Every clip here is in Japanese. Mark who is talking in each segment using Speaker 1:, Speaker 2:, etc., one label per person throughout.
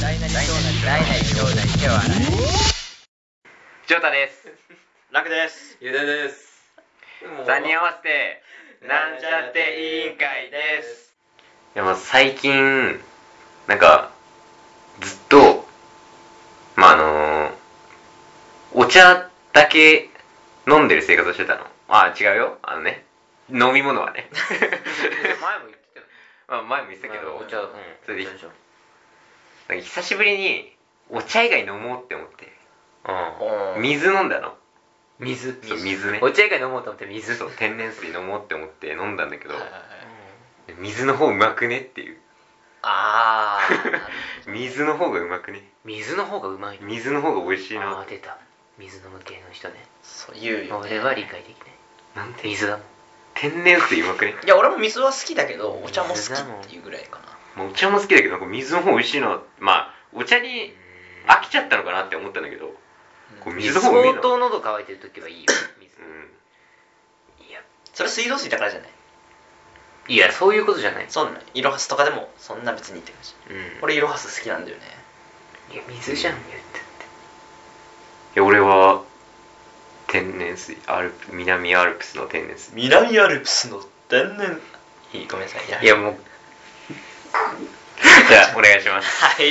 Speaker 1: 大なり小なり大なり小なりではない
Speaker 2: ジョータです。
Speaker 3: 楽です
Speaker 4: ゆでです。
Speaker 2: 3人合わせて、なんちゃって委員会です。でも最近、なんか、ずっと、まあ、あのお茶だけ飲んでる生活をしてたの。あ、違うよ。あのね、飲み物は ね。
Speaker 4: 前も言ってたよ。
Speaker 2: まあ、前も言ってたけど、
Speaker 4: お茶、うん。
Speaker 2: それで
Speaker 4: お茶しょ。
Speaker 2: なんか久しぶりに、お茶以外飲もうって思って。
Speaker 4: うん
Speaker 2: 水飲んだの。
Speaker 4: 水。
Speaker 2: そう水ね
Speaker 4: お茶以外飲もうと思って水。
Speaker 2: そう、天然水飲もうって思って飲んだんだけど
Speaker 4: はい、はいはい
Speaker 2: 水の方うまくねっていう。
Speaker 4: あー
Speaker 2: 水の方がうまくね。
Speaker 4: 水の方がうまい。
Speaker 2: 水の方が美味しい
Speaker 4: あ
Speaker 2: な
Speaker 4: ー出た。水飲む系の人ね。
Speaker 3: そう言うよ、ね、
Speaker 4: 俺は理解できない。
Speaker 2: なんて
Speaker 4: 水だもん。
Speaker 2: 天然水うまくね
Speaker 3: いや俺も水は好きだけどお茶も好きっていうぐらいかな
Speaker 2: まあお茶も好きだけどなんか水の方美味しいなまあお茶に飽きちゃったのかなって思ったんだけどこう水の方がうめえ
Speaker 4: 相
Speaker 2: な
Speaker 4: 当喉乾いてる時はいいよ。水
Speaker 2: う。
Speaker 3: それ水道水だからじゃない
Speaker 4: いや、そういうことじゃない。
Speaker 3: そんなイロハスとかでもそんな別にって感じ
Speaker 4: うん。
Speaker 3: 俺イロハス好きなんだよね
Speaker 4: いや、水じゃん、言ってって。
Speaker 2: んいや俺は天然水アルプ南アルプスの天然水
Speaker 3: 南アルプスの天然いいごめんなさい
Speaker 2: いやもうじゃあお願いします
Speaker 3: はい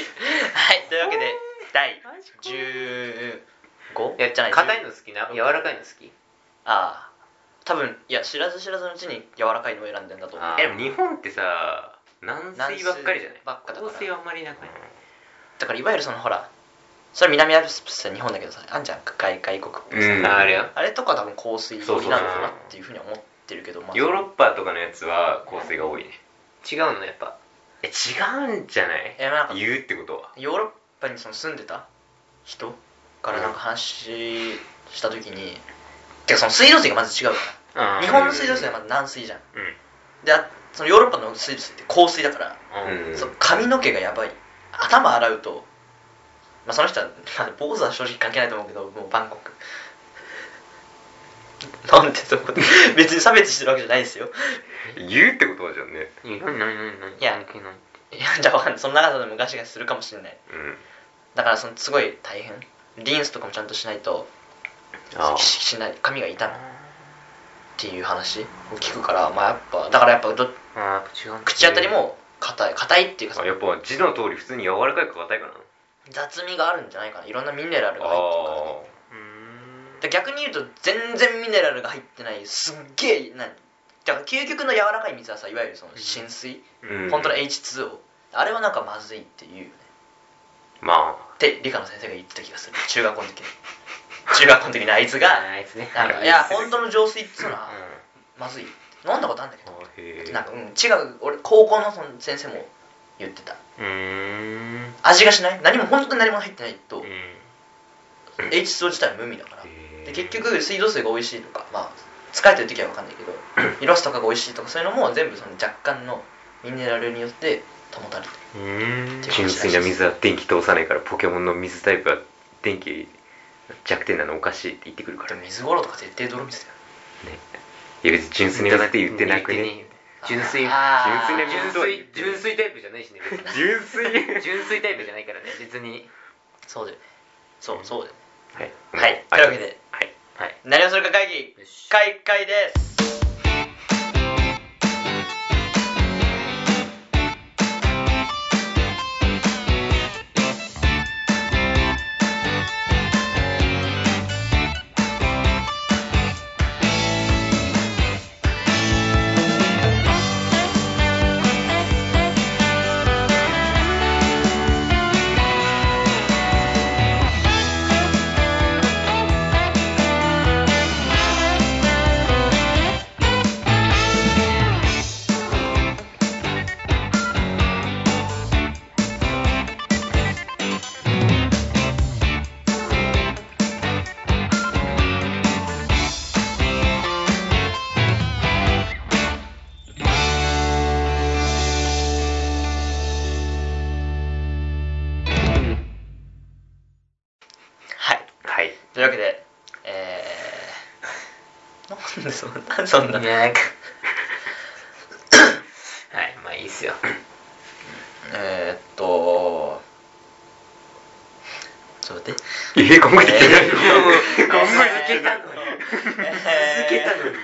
Speaker 3: はいというわけで第15じ
Speaker 4: い
Speaker 3: ゃない
Speaker 4: や、硬いの好きな柔らかいの好き
Speaker 3: ああ多分いや知らず知らずのうちに柔らかいのを選んでんだと思う
Speaker 4: あー
Speaker 2: いやでも日本ってさ軟水ばっかりじゃない
Speaker 3: 軟水ばっかだから
Speaker 2: 硬水はあんまりなくない
Speaker 3: だからいわゆるそのほらそれ南アルプスって日本だけどさあんじゃん外外国っぽいさ、
Speaker 2: うんあれよ
Speaker 3: あれとか多分香水なのかなっていうふうに思ってるけどまあ
Speaker 2: ヨーロッパとかのやつは香水が多いね
Speaker 4: 違うの、やっぱ。
Speaker 2: え違うんじゃない
Speaker 3: いやなんか
Speaker 2: 言うってことは
Speaker 3: ヨーロッパにその住んでた人からなんか話した時に、てかその水道水がまず違うから日本の水道水はまず軟水じゃん、であそのヨーロッパの水道水って硬水だから、
Speaker 2: うん
Speaker 3: そう髪の毛がやばい頭洗うとまあその人は、まあ、坊主は正直関係ないと思うけどもうバンコク なんてと思って 別に差別してるわけじゃないですよ
Speaker 2: 言うってことはじゃんね
Speaker 4: いや、なになになになに
Speaker 3: いや
Speaker 4: 関係ない。
Speaker 3: いやじゃあわかんないその中でもガシガシするかもしれない
Speaker 2: うん
Speaker 3: だからそのすごい大変リンスとかもちゃんとしないと
Speaker 2: ああ
Speaker 3: ししない髪が痛むっていう話を聞くからまあやっぱだからやっぱど
Speaker 4: あーやっぱ違うんだ
Speaker 3: 口当たりも硬い硬いっていうか
Speaker 2: あやっぱ字の通り普通に柔らかいか硬いかな
Speaker 3: 雑味があるんじゃないかないろんなミネラルが入ってるからね
Speaker 2: あ
Speaker 4: うーん
Speaker 3: で逆に言うと全然ミネラルが入ってないすっげえ何だから究極の柔らかい水はさいわゆるその浸水、
Speaker 2: うん
Speaker 3: 本当の H2O あれはなんかまずいっていうよね
Speaker 2: まあ
Speaker 3: って理科の先生が言ってた気がする中学校の時に中学校の時にあいつが
Speaker 4: あーあいつね。
Speaker 3: なんかいや本当の浄水っつうのはまずい飲んだことあるんだけ
Speaker 2: あ
Speaker 3: ど
Speaker 2: へえ
Speaker 3: なんかうん違う俺高校のその先生も言ってた
Speaker 4: うーん。
Speaker 3: 味がしない何も本当に何も入ってないと
Speaker 4: うん
Speaker 3: H2O 自体は無味だから
Speaker 2: へえ
Speaker 3: で結局水道水が美味しいとかまあ疲れてる時は分かんないけどイロスとかが美味しいとかそういうのも全部その若干のミネラルによって保たれてる
Speaker 4: うーん。
Speaker 2: 純粋な水は電気通さないからポケモンの水タイプは電気弱点なのおかしいって言ってくるか
Speaker 3: これ
Speaker 2: らね
Speaker 3: 水ごろとか絶対泥水だよ
Speaker 2: いや別に純粋な水って言ってなくね
Speaker 4: 純粋純
Speaker 3: あ
Speaker 2: 純
Speaker 3: ー
Speaker 2: 粋な水とは言っ
Speaker 4: 粋
Speaker 2: てない
Speaker 4: 純粋タイプじゃないしね別に
Speaker 2: 純粋
Speaker 4: 純粋タイプじゃないからね別に
Speaker 3: そうだよねそうそうだよね
Speaker 2: はい
Speaker 3: はいというわけで
Speaker 2: はい
Speaker 4: はい
Speaker 3: 何をするか会議
Speaker 4: よし
Speaker 3: 開会ですはい
Speaker 2: はい
Speaker 3: というわけでえー、なんでそんなそん な
Speaker 4: なんかはいまあいいっすよ
Speaker 3: えー、っと
Speaker 2: えこんぐりできてない
Speaker 3: えー
Speaker 2: こんぐりできてな
Speaker 3: え
Speaker 2: い
Speaker 3: ー
Speaker 2: 続けたのに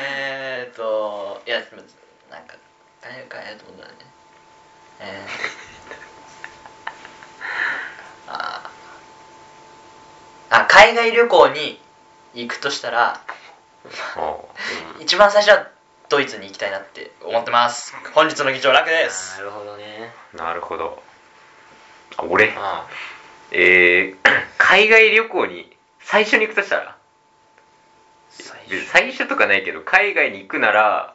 Speaker 3: えーっといやでもなんか変え変えようと思ったらねえー、あーあ海外旅行に行くとしたら一番最初はドイツに行きたいなって思ってます本日の議長楽で
Speaker 4: な
Speaker 3: す
Speaker 4: るほどね
Speaker 2: なるほどあ俺
Speaker 4: あ
Speaker 2: えー、 海外旅行に最初に行くとしたら
Speaker 4: 最
Speaker 2: 別に最初とかないけど海外に行くなら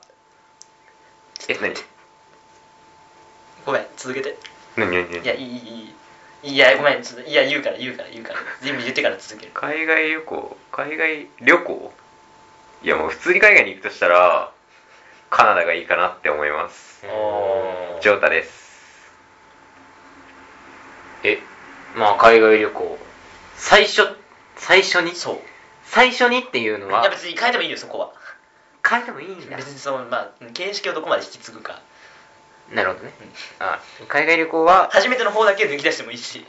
Speaker 2: え何
Speaker 3: ごめん続けて
Speaker 2: 何何何
Speaker 3: いやいいいいいいいやごめんちょっといや言うから言うから言うから全部言ってから続ける
Speaker 2: 海外旅行海外旅行いやもう普通に海外に行くとしたらカナダがいいかなって思います
Speaker 4: おー
Speaker 2: ジョータです
Speaker 4: えまあ海外旅行最初最初に
Speaker 3: そう
Speaker 4: 最初にっていうの
Speaker 3: いや
Speaker 4: は
Speaker 3: 別に変えてもいいよそこは
Speaker 4: 変えてもいいんだ
Speaker 3: 別にそのまあ形式をどこまで引き継ぐか
Speaker 4: なるほどね
Speaker 3: うん
Speaker 4: あ海外旅行は
Speaker 3: 初めての方だけ抜き出してもいいし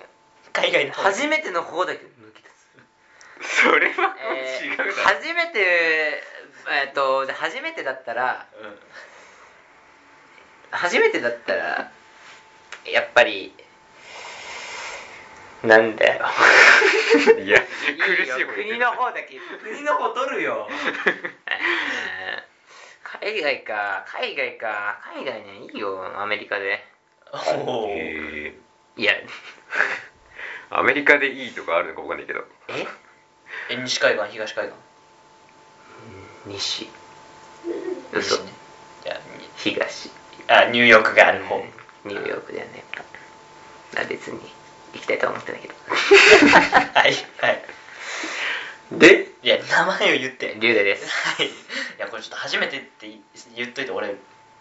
Speaker 3: 海外の方だけ
Speaker 4: 初めての方だけ抜き出す
Speaker 2: それはも
Speaker 4: え
Speaker 2: う違う
Speaker 4: ー
Speaker 2: だろ、
Speaker 4: 初めてえーっとじゃあ初めてだったら初めてだったらやっぱりなんだよ
Speaker 2: いや
Speaker 4: い
Speaker 2: 苦
Speaker 4: い
Speaker 2: しい
Speaker 4: よ
Speaker 2: こと言
Speaker 4: 国
Speaker 2: って
Speaker 4: の
Speaker 2: る
Speaker 4: 方だけ国の方取るよえー海外か海外か海外ねいいよアメリカで
Speaker 3: うんおお
Speaker 2: え
Speaker 4: いや
Speaker 2: ーアメリカでいいとかあるのかわかんないけど
Speaker 4: え
Speaker 3: え西海岸東海岸
Speaker 4: 西
Speaker 3: 西
Speaker 4: 嘘
Speaker 3: ねいや
Speaker 4: 東
Speaker 3: にあニューヨークがある方
Speaker 4: ニューヨークだよねあ別に行きたいとは思ってないけど
Speaker 3: はいはい
Speaker 2: で
Speaker 3: いや名前を言って
Speaker 4: 龍大です
Speaker 3: はいいやこれちょっと初めてって言っといて俺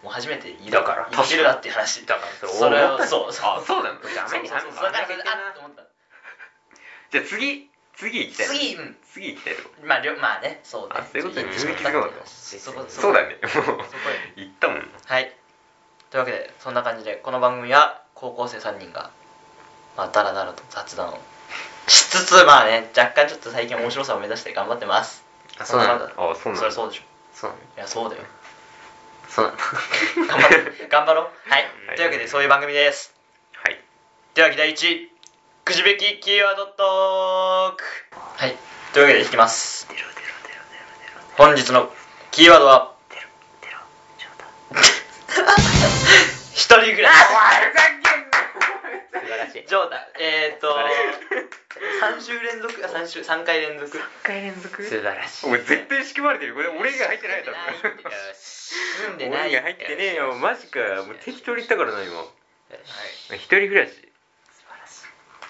Speaker 3: もう初めて言う
Speaker 4: だから
Speaker 3: 言ってるなっていう話
Speaker 4: だから
Speaker 3: それ
Speaker 4: 思
Speaker 3: を
Speaker 4: ったの
Speaker 3: そうそう
Speaker 2: あそうなの
Speaker 4: ダメに
Speaker 3: そう
Speaker 4: な
Speaker 3: そ
Speaker 4: る
Speaker 3: う
Speaker 4: の
Speaker 3: そうだ
Speaker 4: か
Speaker 3: から
Speaker 4: な
Speaker 3: それあって思った
Speaker 2: じゃあ次次行きたい
Speaker 3: 次うん
Speaker 2: 次行きたいとこ
Speaker 3: まありょまあねそうね
Speaker 2: あそういうこと
Speaker 3: 次
Speaker 2: ね
Speaker 3: 行ってしまったっていう話そこ
Speaker 2: そうだねもう
Speaker 3: そこへ
Speaker 2: 行ったもん
Speaker 3: はい。というわけで、そんな感じで、この番組は高校生3人が、まあ、だらだらと雑談をしつつ、まあね、若干ちょっと最近面白さを目指して頑張ってます。
Speaker 4: あそうなんだ
Speaker 2: あそう
Speaker 3: そり
Speaker 2: なん
Speaker 3: ゃ
Speaker 2: だ
Speaker 3: そうでしょ。
Speaker 4: そうなの
Speaker 3: いや、そうだよ。
Speaker 4: そうなんだ
Speaker 3: 頑張ろう。 頑張ろう。はい。
Speaker 2: はい
Speaker 3: というわけで、そういう番組です。
Speaker 2: はい
Speaker 3: では、第1、くじべきキーワードトーク。はい。というわけで、引きます。
Speaker 4: デロデロデロデロ
Speaker 3: 本日のキーワードは、
Speaker 4: デロデロちょうだ
Speaker 3: 一人暮らし。
Speaker 4: 素晴らしい
Speaker 3: ジョーダ、えーっ と
Speaker 4: 晴らしい、
Speaker 3: 3週連続、あ3週、3回連続。
Speaker 2: 1回連続
Speaker 4: 素晴らしい
Speaker 2: お前絶対仕組まれてるこれ俺以外入ってない多分
Speaker 3: よし住んでな
Speaker 2: 俺
Speaker 3: い
Speaker 2: 以外入ってねえよマジかもう適当に言ったからな今
Speaker 4: はい
Speaker 2: 一人暮らし
Speaker 4: 素晴らしい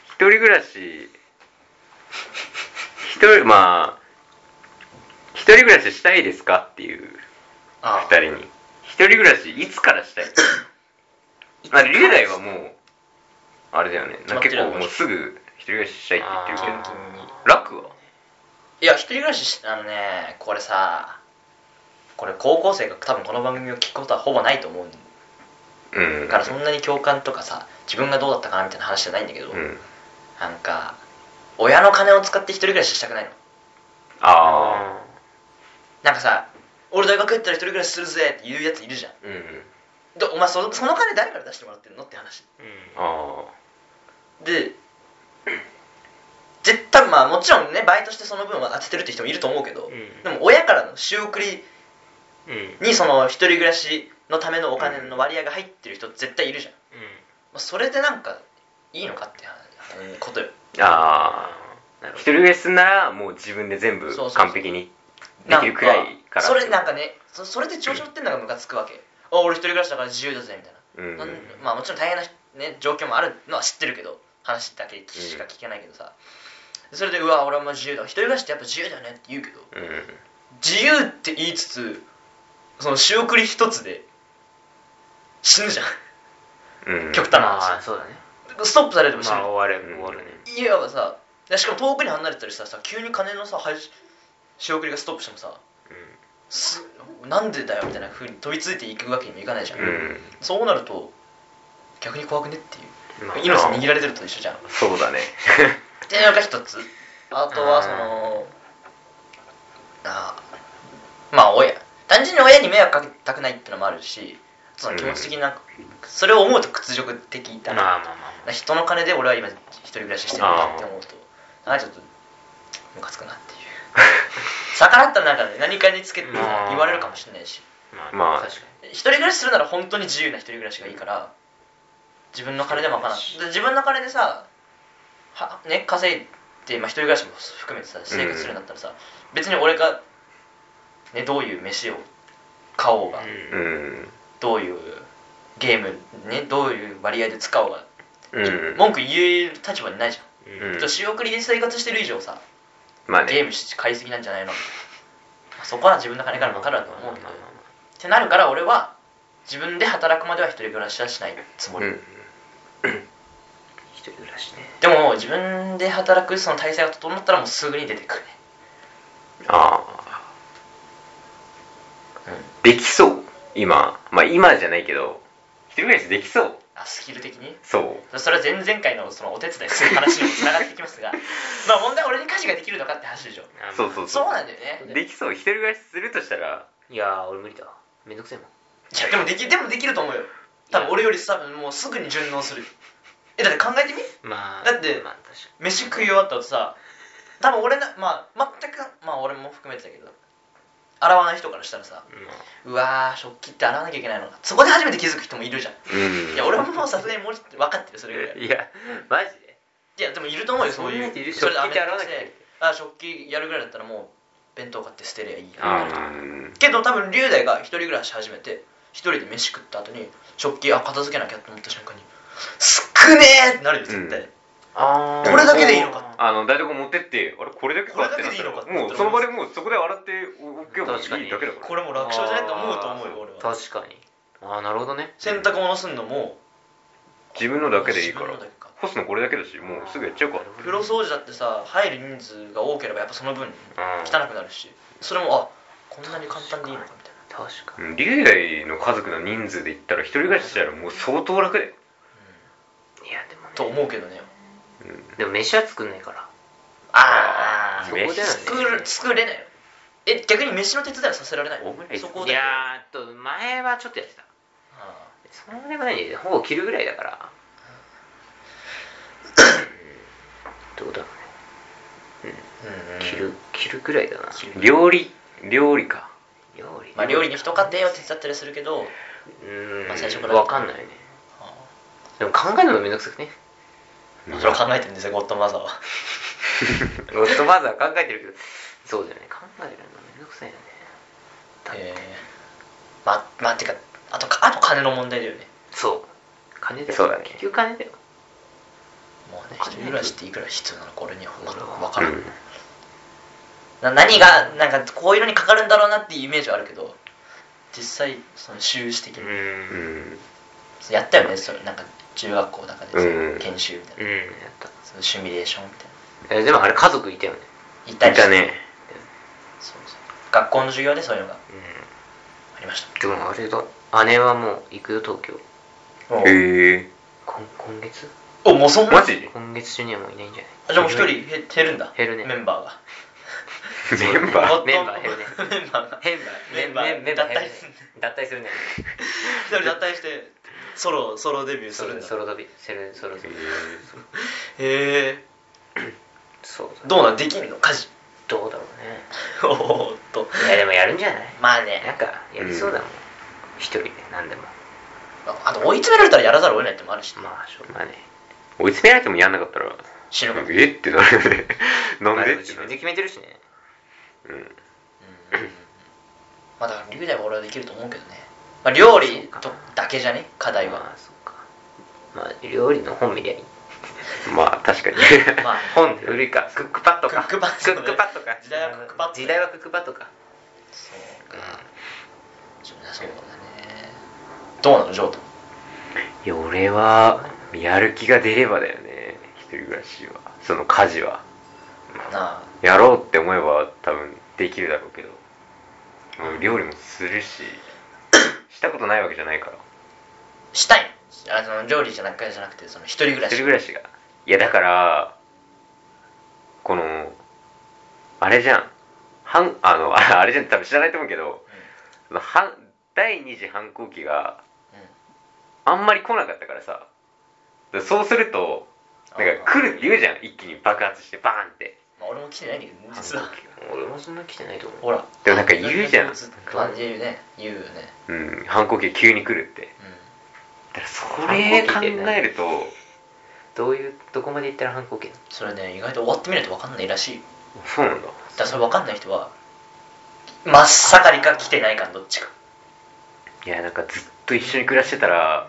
Speaker 2: 一人暮らし一人まあ一人暮らししたいですかっていう
Speaker 3: あ
Speaker 2: 二人に一人暮らしいつからしたいまあ龍大はもうあれだよね
Speaker 3: 決
Speaker 2: な
Speaker 3: まってるよ
Speaker 2: 結構もうすぐ一人暮らししたいって言ってる
Speaker 3: あ
Speaker 2: け
Speaker 3: ー
Speaker 2: ど楽はい
Speaker 3: や一人暮らししあのねこれさこれ高校生が多分この番組を聞くことはほぼないと思う
Speaker 2: うん
Speaker 3: からそんなに共感とかさ自分がどうだったかなみたいな話じゃないんだけど、
Speaker 2: うん
Speaker 3: なんか親の金を使って一人暮らししたくないの
Speaker 2: ああ
Speaker 3: なんかさ俺大学行ったら一人暮らしするぜって言うやついるじゃん
Speaker 2: うん
Speaker 3: でお前そその金誰から出してもらってんのって話
Speaker 4: うん
Speaker 2: あ
Speaker 3: で絶対まあもちろんねバイトしてその分は当ててるって人もいると思うけど、
Speaker 4: うん
Speaker 3: でも親からの仕送り
Speaker 4: うんうん
Speaker 3: にその一人暮らしのためのお金の割合が入ってる人絶対いるじゃん、まあ、それでなんかいいのかって話ことよ
Speaker 2: あああ一人暮らしするならもう自分で全部
Speaker 3: そうそうそう
Speaker 2: 完璧にできるくらいから
Speaker 3: それなんかねそそれで調子乗ってんのがムカつくわけあ俺一人暮らしだから自由だぜみたい
Speaker 2: うん
Speaker 3: な,なん、まあもちろん大変な、ね、状況もあるのは知ってるけど話だけしか聞けないけどさ、それでうわ俺はもう自由だ一人暮らしってやっぱ自由だよねって言うけど
Speaker 2: うん
Speaker 3: 自由って言いつつその仕送り一つで死ぬじゃん
Speaker 2: うん
Speaker 3: 極端な
Speaker 4: まあ
Speaker 3: 話
Speaker 4: そうだね
Speaker 3: ストップされても死ぬ、
Speaker 4: まあ終わる終わるね
Speaker 3: いやさでしかも遠くに離れてたりしたらさ急に金のさ配信仕送りがストップしてもさすなんでだよみたいなふうに飛びついていくわけにもいかないじゃん、
Speaker 2: うん
Speaker 3: そうなると逆に怖くねっていう
Speaker 4: ま あ
Speaker 3: 命握られてると一緒じゃん
Speaker 2: そうだね
Speaker 3: っていうのが一つあとはそのあーまあ親単純に親に迷惑かけたくないってのもあるしその気持ち的になんか、それを思うと屈辱的だな
Speaker 4: まあ まあまあ
Speaker 3: 人の金で俺は今一人暮らししてるんだって思うとなんかちょっとムカつくなっていう逆らったらなんかね何かにつけって
Speaker 4: まあ
Speaker 3: 言われるかもしれないし
Speaker 4: まあ
Speaker 2: まあ
Speaker 4: 確か
Speaker 3: 一人暮らしするなら本当に自由な一人暮らしがいいから自分の金でもわからんで自分の金でさはね稼いで、まあ、一人暮らしも含めてさ生活するんだったらさ、別に俺が、ね、どういう飯を買おうが、
Speaker 4: に
Speaker 2: う
Speaker 4: うん
Speaker 2: ん
Speaker 3: どういうゲーム、ね、どういう割合で使おうが
Speaker 2: うん
Speaker 3: 文句言える立場にないじゃ、
Speaker 2: うんん
Speaker 3: ちょ仕送りで生活してる以上さ
Speaker 2: まあ
Speaker 3: ゲー
Speaker 2: ね
Speaker 3: ムし買いすぎなんじゃないの、まあ、そこは自分の金から分かると思うけど
Speaker 4: まあまあまあまあ
Speaker 3: ってなるから俺は自分で働くまでは一人暮らしはしないつも
Speaker 2: う
Speaker 3: り、
Speaker 2: ん
Speaker 4: 一人暮らしね
Speaker 3: でも自分で働くその体制が整ったらもうすぐに出てくるね
Speaker 2: ああできそう今まあ今じゃないけど一人暮らしできそう
Speaker 3: あスキル的に
Speaker 2: そう
Speaker 3: それは前々回のそのお手伝いする話にもつながってきますがまあ問題は俺に家事ができるのかって話でしょ
Speaker 4: あ
Speaker 2: そうそう
Speaker 3: そう
Speaker 2: そ
Speaker 3: なんだよね
Speaker 2: うできそう一人暮らしするとしたら
Speaker 4: いやー俺無理だわめんどくせえもん
Speaker 3: いやでもできでもできると思うよ多分俺より多分もうすぐに順応するえだって考えてみ
Speaker 4: まあ
Speaker 3: だって
Speaker 4: まあ確か
Speaker 3: 飯食い終わった後さ多分俺なまあ全くまあ俺も含めてだけど洗わない人からしたらさ
Speaker 4: にまあ
Speaker 3: うわー食器って洗わなきゃいけないのかそこで初めて気づく人もいるじゃん
Speaker 2: うん
Speaker 3: いや俺ももうさすがにもうちょっと分かってるそれぐらい
Speaker 2: いやマジで
Speaker 3: いやでもいると思うよそうい
Speaker 4: そん
Speaker 3: う
Speaker 4: なやついる
Speaker 3: それで
Speaker 4: 食器って洗わなき
Speaker 3: ア
Speaker 4: ゃ
Speaker 3: メリカであ食器やるぐらいだったらもう弁当買って捨てりゃいいや
Speaker 2: うん
Speaker 3: けど多分龍大が一人暮らし始めて一人で飯食った後に食器あ片付けなきゃと思った瞬間に少ねえってなるよ絶対、
Speaker 2: うん
Speaker 4: あ
Speaker 2: これだけ
Speaker 3: でいいのか
Speaker 2: あの台所持ってってあれこれだけかってなったら
Speaker 3: これだけでいいのか
Speaker 2: もうその場でもうそこで洗っておけばいい
Speaker 4: 確かに
Speaker 2: だけだから
Speaker 3: これもう楽勝じゃないと思うと思うよ俺は
Speaker 4: 確かにああなるほどね
Speaker 3: 洗濯物すんのも
Speaker 2: 自分のだけでいいか
Speaker 3: 自分
Speaker 2: ら
Speaker 3: のだけか
Speaker 2: 干すのこれだけだしもうすぐやっちゃうか
Speaker 3: 風呂掃除だってさ入る人数が多ければやっぱその分
Speaker 2: うん
Speaker 3: 汚くなるしそれもあこんなに簡単でいいのかみたいな
Speaker 4: 確かに
Speaker 2: うん龍大の家族の人数で言ったら一人暮らししたらもう相当楽だよ
Speaker 4: いやでもね
Speaker 3: と思うけどね
Speaker 4: でも飯は作んないから
Speaker 3: あ
Speaker 4: そ
Speaker 3: あ
Speaker 4: こだよね
Speaker 3: 作る作れないよえ逆に飯の手伝いはさせられない
Speaker 2: オムライス
Speaker 3: そこ
Speaker 4: い
Speaker 3: で
Speaker 4: やーっと前はちょっとやってたそんでもないねほぼ切るぐらいだからうん どうだろうね切る切るぐらいだな
Speaker 2: 料理料理か
Speaker 4: 料理
Speaker 3: まあ料理の一家庭を手伝ったりするけど
Speaker 4: うーん、
Speaker 3: まあ最初から
Speaker 4: わかんないねでも考えるのめんどくさくね
Speaker 3: それを考えてるんですよゴッドマザーは
Speaker 4: ゴッドファーザー考えてるけどそうだよね考えるのめんどくさいよね
Speaker 3: えーまあまあてかあとかあと金の問題だよね
Speaker 4: そう金だよ
Speaker 2: そうだね
Speaker 4: 結局金だよ
Speaker 3: もうね
Speaker 4: お
Speaker 3: 一
Speaker 4: 金
Speaker 3: 人暮らしっていくら必要なのか俺には分か
Speaker 2: う
Speaker 3: らん、
Speaker 2: ん
Speaker 3: な何がなんかこういうのにかかるんだろうなっていうイメージはあるけど実際その修士的
Speaker 4: う
Speaker 3: に、
Speaker 2: うんん
Speaker 3: やったよねそれなんか中学校の中でさ、
Speaker 2: うん
Speaker 3: 研修みたいな、
Speaker 4: うんやっ
Speaker 3: そのシミュレーションみたいな
Speaker 4: たえでもあれ家族いたよね
Speaker 3: 行った
Speaker 2: い
Speaker 3: りして
Speaker 2: たね
Speaker 3: そうそう学校の授業でそういうのが
Speaker 4: うん
Speaker 3: ありまし
Speaker 4: でもあれだ姉はもう行くよ東京
Speaker 3: たおう
Speaker 2: へえ
Speaker 4: 今今月
Speaker 3: おもうそんな
Speaker 2: マジ
Speaker 4: 今月中にはもういないんじゃない
Speaker 3: あじゃあもう一人へ減るんだ
Speaker 4: 減るね
Speaker 3: メンバーが
Speaker 2: メンバー
Speaker 3: ゴッド
Speaker 4: メンバー減るね
Speaker 3: メンバーが
Speaker 4: 変だ
Speaker 3: メンバー
Speaker 4: メンバー
Speaker 3: 脱退する
Speaker 4: 脱退するね
Speaker 3: 一人脱退してソロソロデビューす
Speaker 4: ソ
Speaker 3: るん
Speaker 4: ロ
Speaker 3: だ
Speaker 4: ソロ飛びセルソロ飛び
Speaker 3: へえ
Speaker 4: そうだ
Speaker 3: どうなんできんの家事
Speaker 4: どうだろうね
Speaker 3: おーっと
Speaker 4: いやでもやるんじゃない
Speaker 3: まあ
Speaker 4: なん
Speaker 3: ね
Speaker 4: かやりそうだもん一人で何でも
Speaker 3: あと追い詰められたらやらざるを得ないってのもあるし
Speaker 4: まあしょうがね
Speaker 2: 追い詰められてもやんなかったら
Speaker 3: 死ぬか
Speaker 2: なん
Speaker 3: も
Speaker 2: かえってなるよねなん
Speaker 4: まあ
Speaker 2: で
Speaker 4: も
Speaker 2: って
Speaker 4: 自
Speaker 2: な
Speaker 4: 分
Speaker 2: る
Speaker 4: で決めてるしね
Speaker 2: うん
Speaker 3: まあだから龍大は俺はできると思うけどね、まあ、料理
Speaker 4: そうか
Speaker 3: とだけじゃね課題は
Speaker 4: まあそうかまあ料理の本見りゃいい
Speaker 2: まあ確かに
Speaker 3: まあ
Speaker 4: 本古いかクックパッドか
Speaker 3: クックパッドね
Speaker 4: クックパッドか
Speaker 3: 時代はクックパッド
Speaker 4: 時代はクックパッドか
Speaker 3: そう
Speaker 4: うん
Speaker 3: そうだねどうなのジョーと
Speaker 2: いや俺はやる気が出ればだよね一人暮らしはその家事は
Speaker 3: なあ
Speaker 2: やろうって思えば多分できるだろうけどもう料理もするししたことないわけじゃないから
Speaker 3: したいあその料理じゃなくじゃなくてその一人暮ら
Speaker 2: 一
Speaker 3: し
Speaker 2: 人暮らしがいやだからあれじゃん反あの ああれじゃん多分知らないと思うけど、あの反第二次反抗期があんまり来なかったからさでそうするとなんか来るって言うじゃん一気に爆発してバーンって
Speaker 3: まあ、俺も来てないんだけど実は
Speaker 2: 反抗期が
Speaker 4: 俺もそんな来てないと思う
Speaker 3: ほら
Speaker 2: でもなんか言うじゃん
Speaker 3: ずっとあ言うね言うよね
Speaker 2: うん反抗期急に来るって
Speaker 3: うん
Speaker 2: だからそれ考えると
Speaker 4: どういうどこまで行ったら反抗期なの
Speaker 3: それね意外と終わってみないと分かんないらしいよ
Speaker 2: そうなんだ
Speaker 3: だからそれ分かんない人は真っ盛りか来てないかのどっちか
Speaker 2: いやなんかずっと一緒に暮らしてたら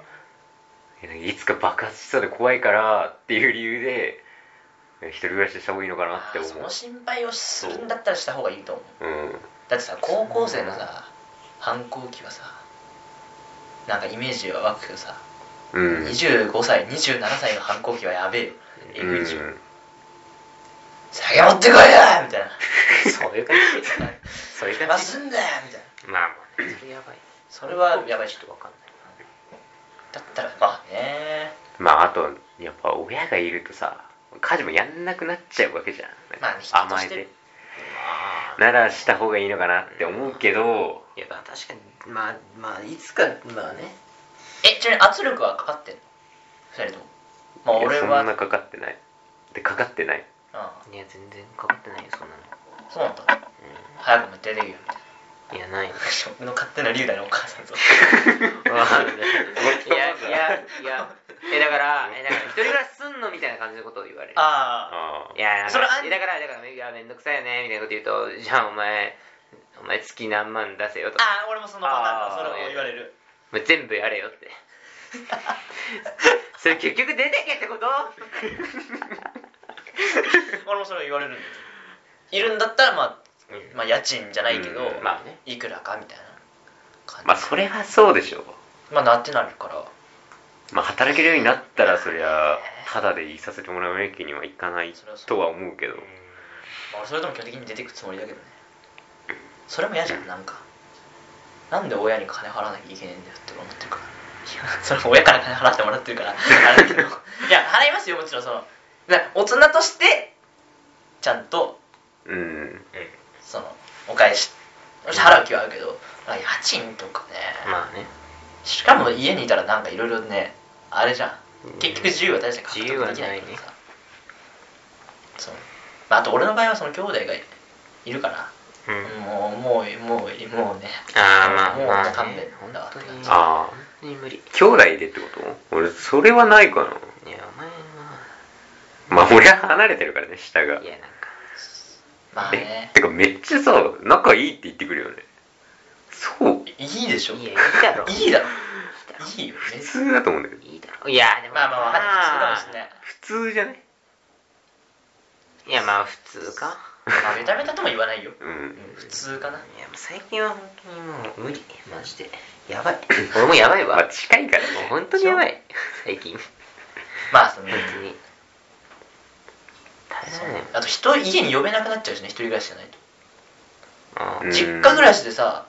Speaker 2: いやなんかいつか爆発しそうで怖いからっていう理由で一人暮らしした方がいいのかなって思う
Speaker 3: その心配をするんだったらした方がいいと思う
Speaker 2: うん
Speaker 3: だってさ高校生のさ反抗期はさなんかイメージは湧くけどさ、
Speaker 2: うん
Speaker 3: 25歳27歳の反抗期はやべえよえぐいじゃん、
Speaker 2: うん
Speaker 3: 酒持ってこいよみたいな
Speaker 4: そういう感 じそういう
Speaker 3: 邪魔
Speaker 4: 感じ
Speaker 3: すんだよみたいな
Speaker 4: まあまあねそれやばい
Speaker 3: それはやばい
Speaker 4: ちょ
Speaker 3: 人
Speaker 4: っとわかんない
Speaker 3: だったらまあね
Speaker 2: まああとやっぱ親がいるとさ家事もやんなくなっちゃうわけじゃん
Speaker 3: まあね
Speaker 2: なんか甘え
Speaker 3: 人
Speaker 2: て
Speaker 3: と
Speaker 4: あ
Speaker 2: ならした方がいいのかなって思うけど
Speaker 4: あいやまあ確かにまあまあいつかまあね
Speaker 3: えちなみに圧力はかかってんの2人ともまあ
Speaker 2: いや
Speaker 3: 俺
Speaker 2: そ
Speaker 3: は
Speaker 2: んなかかってないでかかってない
Speaker 3: あ
Speaker 4: いや全然かかってないよそんな
Speaker 3: あそうなんだった早く持って出てきよみ たいな
Speaker 4: のいや ないの
Speaker 3: 僕の勝手な理由だねお母さんと
Speaker 4: わかんないいやいやいやえだからえだから一人暮らしすんのみたいな感じのことを言われる
Speaker 3: ああ
Speaker 2: ああ
Speaker 4: いや
Speaker 3: そ
Speaker 4: そ
Speaker 3: れ
Speaker 4: れ
Speaker 3: あん
Speaker 4: えだからだからいやめんどくさいよねみたいなこと言うとじゃあお前お前月何万出せよとか
Speaker 3: ああ俺もそのパターンだそれ
Speaker 4: ああ
Speaker 3: も言われる
Speaker 4: もう全部やれよってそれ結局出てけってこと
Speaker 3: 俺もそれは言われるんだよいるんだったら、まあ、
Speaker 4: うん
Speaker 3: まあ家賃じゃないけど、
Speaker 2: うん
Speaker 4: まあね
Speaker 3: いくらかみたいな感じ
Speaker 2: まあそれはそうでしょ
Speaker 3: まあなってなるから
Speaker 2: まあ働けるようになったらそりゃただで言いさせてもらうわけにはいかないとは思うけど
Speaker 3: まあ、俺それとも基本的に出てくつもりだけどねそれも嫌じゃんなんかなんで親に金払わなきゃいけないんだよって思ってるからいやそれも親から金払ってもらってるからあれだけ どいや払いますよもちろんそのな大人としてちゃんと
Speaker 2: うん
Speaker 3: そのお返しもし払う気はあるけど、なんか家賃とかね、
Speaker 4: まあね
Speaker 3: しかも家にいたらなんかいろいろねあれじゃ
Speaker 4: うん
Speaker 3: ん結局自由は大して獲得
Speaker 4: 自由はな
Speaker 3: で
Speaker 4: い
Speaker 3: きないからさそう、まあ、あと俺の場合はその兄弟がいいるから、
Speaker 4: うん
Speaker 3: もうもうもうもうね
Speaker 4: あーまあ
Speaker 3: もう
Speaker 4: まあ
Speaker 3: もう勘弁
Speaker 4: 本
Speaker 3: だわって
Speaker 4: 当
Speaker 3: 感
Speaker 4: に
Speaker 3: じ
Speaker 2: ああ
Speaker 4: 本当に無理い
Speaker 2: 兄弟でってこと俺それはないかな
Speaker 4: やお前は
Speaker 2: まあ俺は離れてるからね下が
Speaker 4: いやなんか
Speaker 3: まあ
Speaker 2: え
Speaker 3: ね
Speaker 2: てかめっちゃさ仲いいって言ってくるよねそう
Speaker 3: いいでしょ
Speaker 4: いやいいだ ろ
Speaker 3: いいだろいいよ
Speaker 2: 普
Speaker 3: ね
Speaker 2: 通だと思うんだけど
Speaker 4: いいだろいやでも
Speaker 3: まあまあまあ普通かもしれない
Speaker 2: 普通じゃね
Speaker 4: いやまあ普通か
Speaker 3: まあベタベタとも言わないよ
Speaker 2: う
Speaker 3: うん
Speaker 2: ん
Speaker 3: 普通かない
Speaker 4: やもう最近は本当にもう無理マジでやばい俺もやばいわ
Speaker 2: まあ
Speaker 4: も
Speaker 2: 近いからね
Speaker 4: う 本当にやばい最近
Speaker 3: まあその
Speaker 4: 本当に大変だね
Speaker 3: あと人家に呼べなくなっちゃうしね一人暮らしじゃないと
Speaker 4: あ
Speaker 2: うん
Speaker 3: 実家暮らしでさ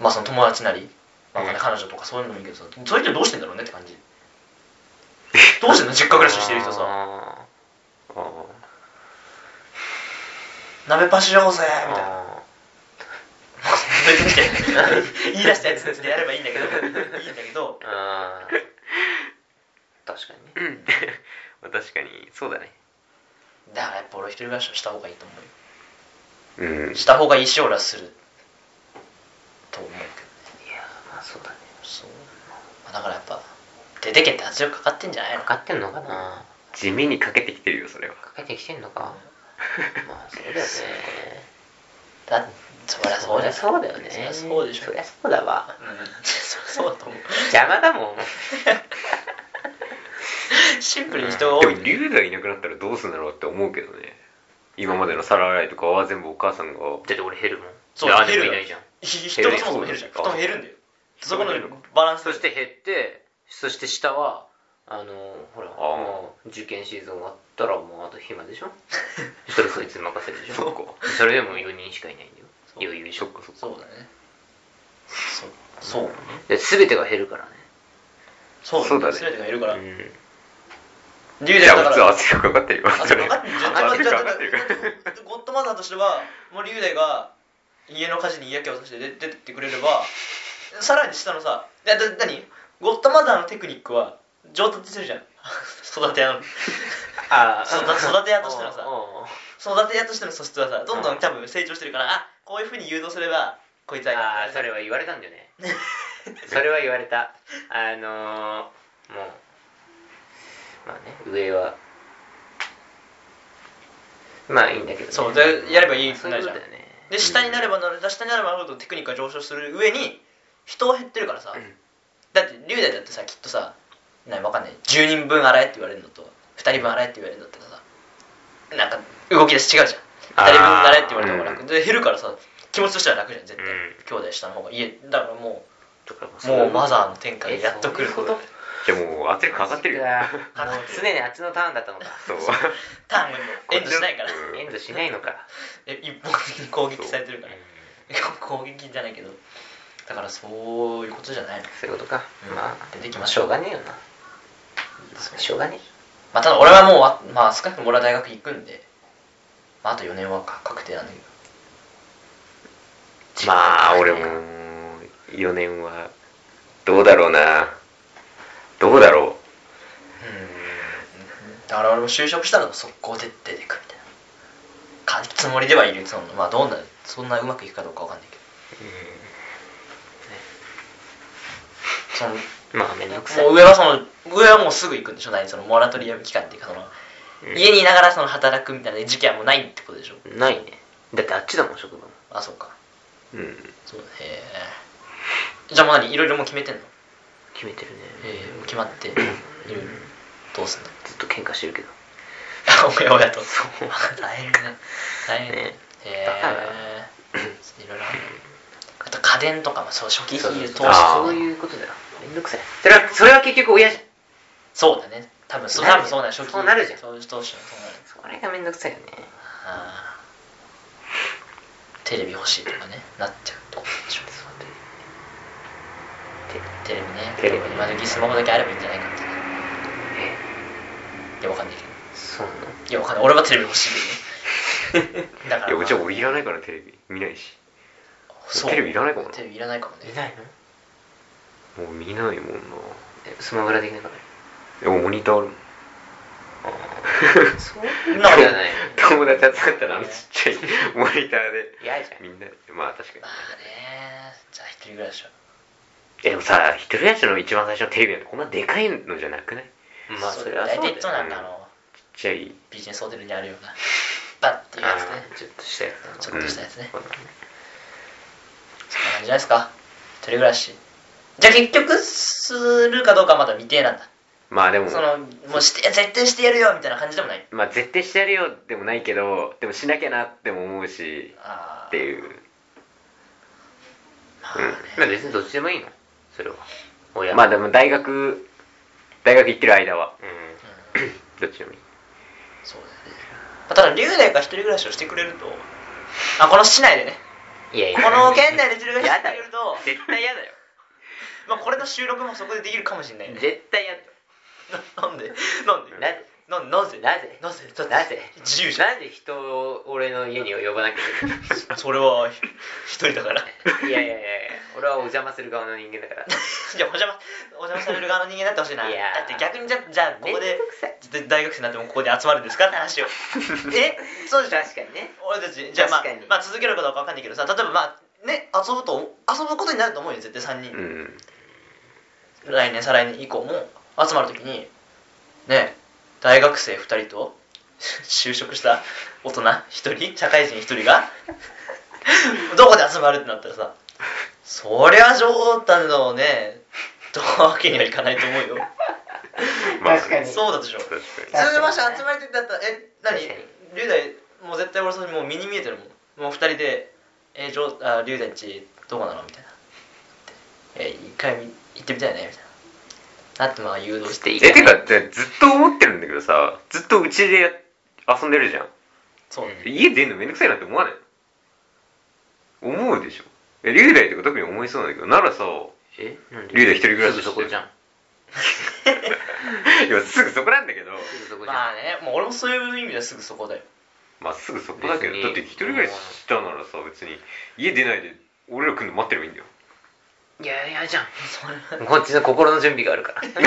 Speaker 3: まあその友達なり、まあね
Speaker 4: うん
Speaker 3: 彼女とかそういうのもいいけどさそういう人どうしてんだろうねって感じどうしてんの実家暮らししてる人さ
Speaker 4: あ
Speaker 2: ああ
Speaker 3: 鍋パシやろうぜ
Speaker 4: ー
Speaker 3: みたいな
Speaker 4: あ
Speaker 3: 言い出したやつでやればいいんだけどいいんだけど
Speaker 4: ーあー確かにね
Speaker 2: まあ確かにそうだね
Speaker 3: だからやっぱ俺一人暮らしをした方がいいと思うよ
Speaker 2: うん
Speaker 3: した方がいいし俺はすると思うけどね
Speaker 4: いやまあそうだね
Speaker 3: そう、まあ、だからやっぱ出てけって圧力かかってんじゃないの
Speaker 4: かかってんのかな
Speaker 2: 地味にかけてきてるよそれは
Speaker 4: かけてきてんの かまあそうだよね
Speaker 3: だそりゃそうだ
Speaker 4: そり
Speaker 3: よ
Speaker 4: ゃそうだよね
Speaker 3: そりゃそうでしょ
Speaker 4: そりゃそうだわ
Speaker 3: うんそりゃそうだと思う
Speaker 4: 邪魔だもん
Speaker 3: シンプルに人が
Speaker 2: で
Speaker 3: 多い
Speaker 2: も龍がいなくなったらどうするんだろうって思うけどね今までの皿洗いとかは全部お母さんが
Speaker 4: だって俺減るもん
Speaker 3: そう
Speaker 4: 誰も
Speaker 3: 減るよ
Speaker 4: いないじゃん
Speaker 3: 人がそもそも減るじゃん
Speaker 2: 減
Speaker 3: 布
Speaker 2: る
Speaker 3: 団減るんだよそこの
Speaker 2: 減るの
Speaker 3: バランス
Speaker 4: そして減ってそして下はあのほら
Speaker 2: ー
Speaker 4: もう受験シーズン終わったらもうあと暇でしょそれそいつに任せるでし
Speaker 2: そっ
Speaker 4: ょ
Speaker 2: か
Speaker 4: それでも4人しかいないんだよ
Speaker 3: そう
Speaker 4: 余裕でし
Speaker 2: そ
Speaker 4: ょ
Speaker 2: っかそっか
Speaker 3: そうだねそうそう
Speaker 4: で全てが減るからね
Speaker 3: そう
Speaker 2: そうだね
Speaker 3: 全てがいるから
Speaker 4: うん
Speaker 3: リュウ
Speaker 2: い
Speaker 3: ジ
Speaker 2: や
Speaker 3: はだ
Speaker 2: 普
Speaker 3: か
Speaker 2: 通
Speaker 3: ら
Speaker 2: 圧力かかってるよ
Speaker 3: あ、それ分かってる。じゃあ、
Speaker 2: 圧
Speaker 3: じ
Speaker 2: 力
Speaker 3: ゃあ
Speaker 2: かかってるから
Speaker 3: じゃあゴッドマザーとしては、もう龍大が家の火事に嫌気をさせて出出てってくれれば、さらに下のさ、だだ何ゴッドマザーのテクニックは上達してるじゃん。育て屋の。
Speaker 4: あ
Speaker 3: そ育て屋としてのさ
Speaker 4: おうおう
Speaker 3: 育て屋としての素質はさ、どんどん多分成長してるから、あこういうふうに誘導すれば、こいつは
Speaker 4: ああそれは言われたんだ よねそれは言われたあのー、もうまあね上はまあいいんだけど、ね、
Speaker 3: そうでやればいいく
Speaker 4: そう
Speaker 3: な
Speaker 4: いう
Speaker 3: る
Speaker 4: こ
Speaker 3: じ
Speaker 4: と
Speaker 3: ゃん
Speaker 4: だよね
Speaker 3: で、下になればなる、下になればなるほどテクニックが上昇する上に、人は減ってるからさ、
Speaker 4: うん
Speaker 3: だって龍大だってさきっとさなんわかんない10人分洗えって言われるのと2人分洗えって言われるのってさなんか動き出し違うじゃん
Speaker 2: あー
Speaker 3: 2人分洗えって言われた方が楽、
Speaker 2: うん
Speaker 3: で減るからさ気持ちとしては楽じゃん絶対、
Speaker 2: うん
Speaker 3: 兄弟下の方が家だからも
Speaker 2: とか
Speaker 3: うもうマザーの天下でやっと来ること
Speaker 4: えそういうこ
Speaker 2: いやもう圧力かかってるよ
Speaker 4: あもう常にあっちのターンだったのか
Speaker 2: そう
Speaker 3: ターンもエンドしないから
Speaker 2: うん
Speaker 4: エンドしないのか
Speaker 3: え一方的に攻撃されてるから 攻撃じゃないけどだからそういうことじゃない
Speaker 4: そういうことか、
Speaker 3: うん
Speaker 4: まあ
Speaker 3: 出てきまし
Speaker 4: し
Speaker 3: ょう
Speaker 4: ょうがねえよなしょうがね
Speaker 3: まあただ俺はもうわまあ少なくとも俺は大学行くんで、まあ、あと4年はか確定なんだけど
Speaker 2: まあ俺も4年はどうだろうなどうだろ
Speaker 3: だから俺も就職したら速攻で出てくみたいな感じつもりではいるつもりまあどうなそんなうまくいくかどうかわかんないけどその
Speaker 2: うまあめんどく
Speaker 3: もう上はその上はもうすぐ行くんでしょ何そのモラトリアム期間っていうかその、
Speaker 2: うん
Speaker 3: 家にいながらその働くみたいな時期はもうないってことでしょ
Speaker 4: ないねだってあっちだもん職場も
Speaker 3: あそうか
Speaker 2: うん
Speaker 3: そうへえじゃあもう何いろいろもう決めてんの
Speaker 4: 決めてるね
Speaker 3: ええ決まっ ていろいろどうすんの
Speaker 4: ずっと喧嘩してるけど
Speaker 3: あおやおやと 大変だ大変だ
Speaker 4: ね
Speaker 3: へ
Speaker 4: バカだ
Speaker 3: えいろいろあるあと家電とかもそう初期費用投
Speaker 4: そう
Speaker 3: 資
Speaker 2: あー
Speaker 4: そういうことだよめんどくさいそれはそれは結局親じゃん
Speaker 3: そうだね多分そう
Speaker 4: な
Speaker 3: 多
Speaker 4: る
Speaker 3: 分そうだね初期
Speaker 4: そうなるじゃん
Speaker 3: 投資投資はそうなる
Speaker 4: それがめんどくさいよね
Speaker 3: あーテレビ欲しいとかねなっちゃうってことでしょテレビね
Speaker 2: テレビ
Speaker 3: 今時スマホだけあればいいんじゃないかってい
Speaker 4: え
Speaker 3: やわかんないけど
Speaker 4: そうなの
Speaker 3: いやわかんない俺はテレビ欲しいけどねだから、
Speaker 2: いやうちは俺いらないからテレビ見ないし
Speaker 3: そう
Speaker 2: テレビいらないかもな
Speaker 3: テレビいらないかもね
Speaker 4: いないの
Speaker 2: もう見ないもんな
Speaker 4: えスマブラできなかっ
Speaker 2: でもモニターあるもん
Speaker 4: たそういう
Speaker 3: な
Speaker 4: の
Speaker 3: ん
Speaker 4: で
Speaker 3: で
Speaker 4: はない
Speaker 2: 友達集ったらあのちっちゃいモニターで
Speaker 4: 嫌じゃん
Speaker 2: みんなでまあ確かに
Speaker 3: まあねじゃあ一人暮らしは
Speaker 2: でもさ一人暮らしの一番最初のテレビなんてこんなでかいのじゃなくない
Speaker 4: まあそれはそうだ
Speaker 3: 大体い
Speaker 4: よね
Speaker 3: つもなんかあの
Speaker 2: ちっちゃい
Speaker 3: ビジネスホテルにあるようなバッていうやつね
Speaker 4: ちょっとしたやつ
Speaker 3: ち
Speaker 4: だ
Speaker 3: ょっとしたやつね
Speaker 2: うんそうだね
Speaker 3: そんな感じじゃないですか一人暮らしじゃあ結局するかどうかはまだ未定なんだ
Speaker 2: まあでも
Speaker 3: そのもうして絶対してやるよみたいな感じでもない
Speaker 2: まあ絶対してやるよでもないけどでもしなきゃなっても思うし
Speaker 3: ああ
Speaker 2: っていう
Speaker 3: ま
Speaker 2: うん
Speaker 4: まあ別にどっちでもいいのそれは親
Speaker 2: まあでも大学大学行ってる間は
Speaker 4: うん
Speaker 3: うん
Speaker 2: どっちでもいい
Speaker 3: そうだよねまあただ龍大が一人暮らしをしてくれるとあこの市内でね
Speaker 4: いやいや
Speaker 3: この県内で一人暮らしし
Speaker 4: や
Speaker 3: て
Speaker 4: だ
Speaker 3: くれ
Speaker 4: よ
Speaker 3: ると
Speaker 4: 絶対嫌だよ
Speaker 3: まあこれの収録もそこでできるかもしれないね
Speaker 4: 絶対嫌だよ
Speaker 3: ななんでなんで
Speaker 4: なぜ
Speaker 3: なんなぜ
Speaker 4: なぜ
Speaker 3: なぜだって
Speaker 4: なぜ
Speaker 3: 自由じゃん
Speaker 4: なんで人を俺の家に呼ばなきゃいけない
Speaker 3: それはひ一人だ から
Speaker 4: いやいやいやいや俺はお邪魔する側の人間だから
Speaker 3: いやお邪魔お邪魔される側の人間になってほしいない
Speaker 4: いやー
Speaker 3: だって逆にじゃじゃあここ
Speaker 4: め
Speaker 3: で
Speaker 4: んどくさい
Speaker 3: で大学生になってもここで集まるんですかって 話をえそうじゃん
Speaker 4: 確かにね
Speaker 3: 俺たちじゃあまあ
Speaker 4: 確かに
Speaker 3: まあ続けることは分かんないけどさ例えばまあね遊ぶと遊ぶことになると思うよ絶対3人、
Speaker 2: うん
Speaker 3: 来年再来年以降も集まるときにね大学生2人と 就職した大人1人社会人1人が どこで集まるってなったらさそりゃ冗談のねどうわけにはいかないと思うよ
Speaker 2: まあ
Speaker 4: 確かに
Speaker 3: そうだでしょ
Speaker 2: 確かに
Speaker 3: 普
Speaker 4: 確かにね
Speaker 3: 通場所集まりときだったらえ何
Speaker 4: 確か
Speaker 3: 龍大もう絶対俺それもう身に見えてるもんもう2人で「えじょうあ龍大んちどこなの?」みたいな「え一回み行ってみたいね」みたいななってまあ誘導して
Speaker 2: えてかってずっと思ってるんだけどさずっとうちでや遊んでるじゃん
Speaker 3: そう
Speaker 2: 家出んのめんどくさいなって思わない思うでしょえ龍大とか特に思いそうなんだけどならさ
Speaker 4: えなん
Speaker 2: 龍大一人暮らしして
Speaker 4: すぐそこじゃん
Speaker 2: 今すぐそこなんだけど
Speaker 4: すぐそこじゃん、
Speaker 3: まあねもう俺もそういう意味ではすぐそこだよ
Speaker 2: まあすぐそこだけ
Speaker 4: 別
Speaker 2: ど
Speaker 4: に
Speaker 2: だって一人ぐらいしたならさ別に家出ないで俺ら来るの待ってればいいんだよ
Speaker 4: いやいやじゃん
Speaker 3: それは
Speaker 4: こっちの心の準備があるからこ
Speaker 2: 絶対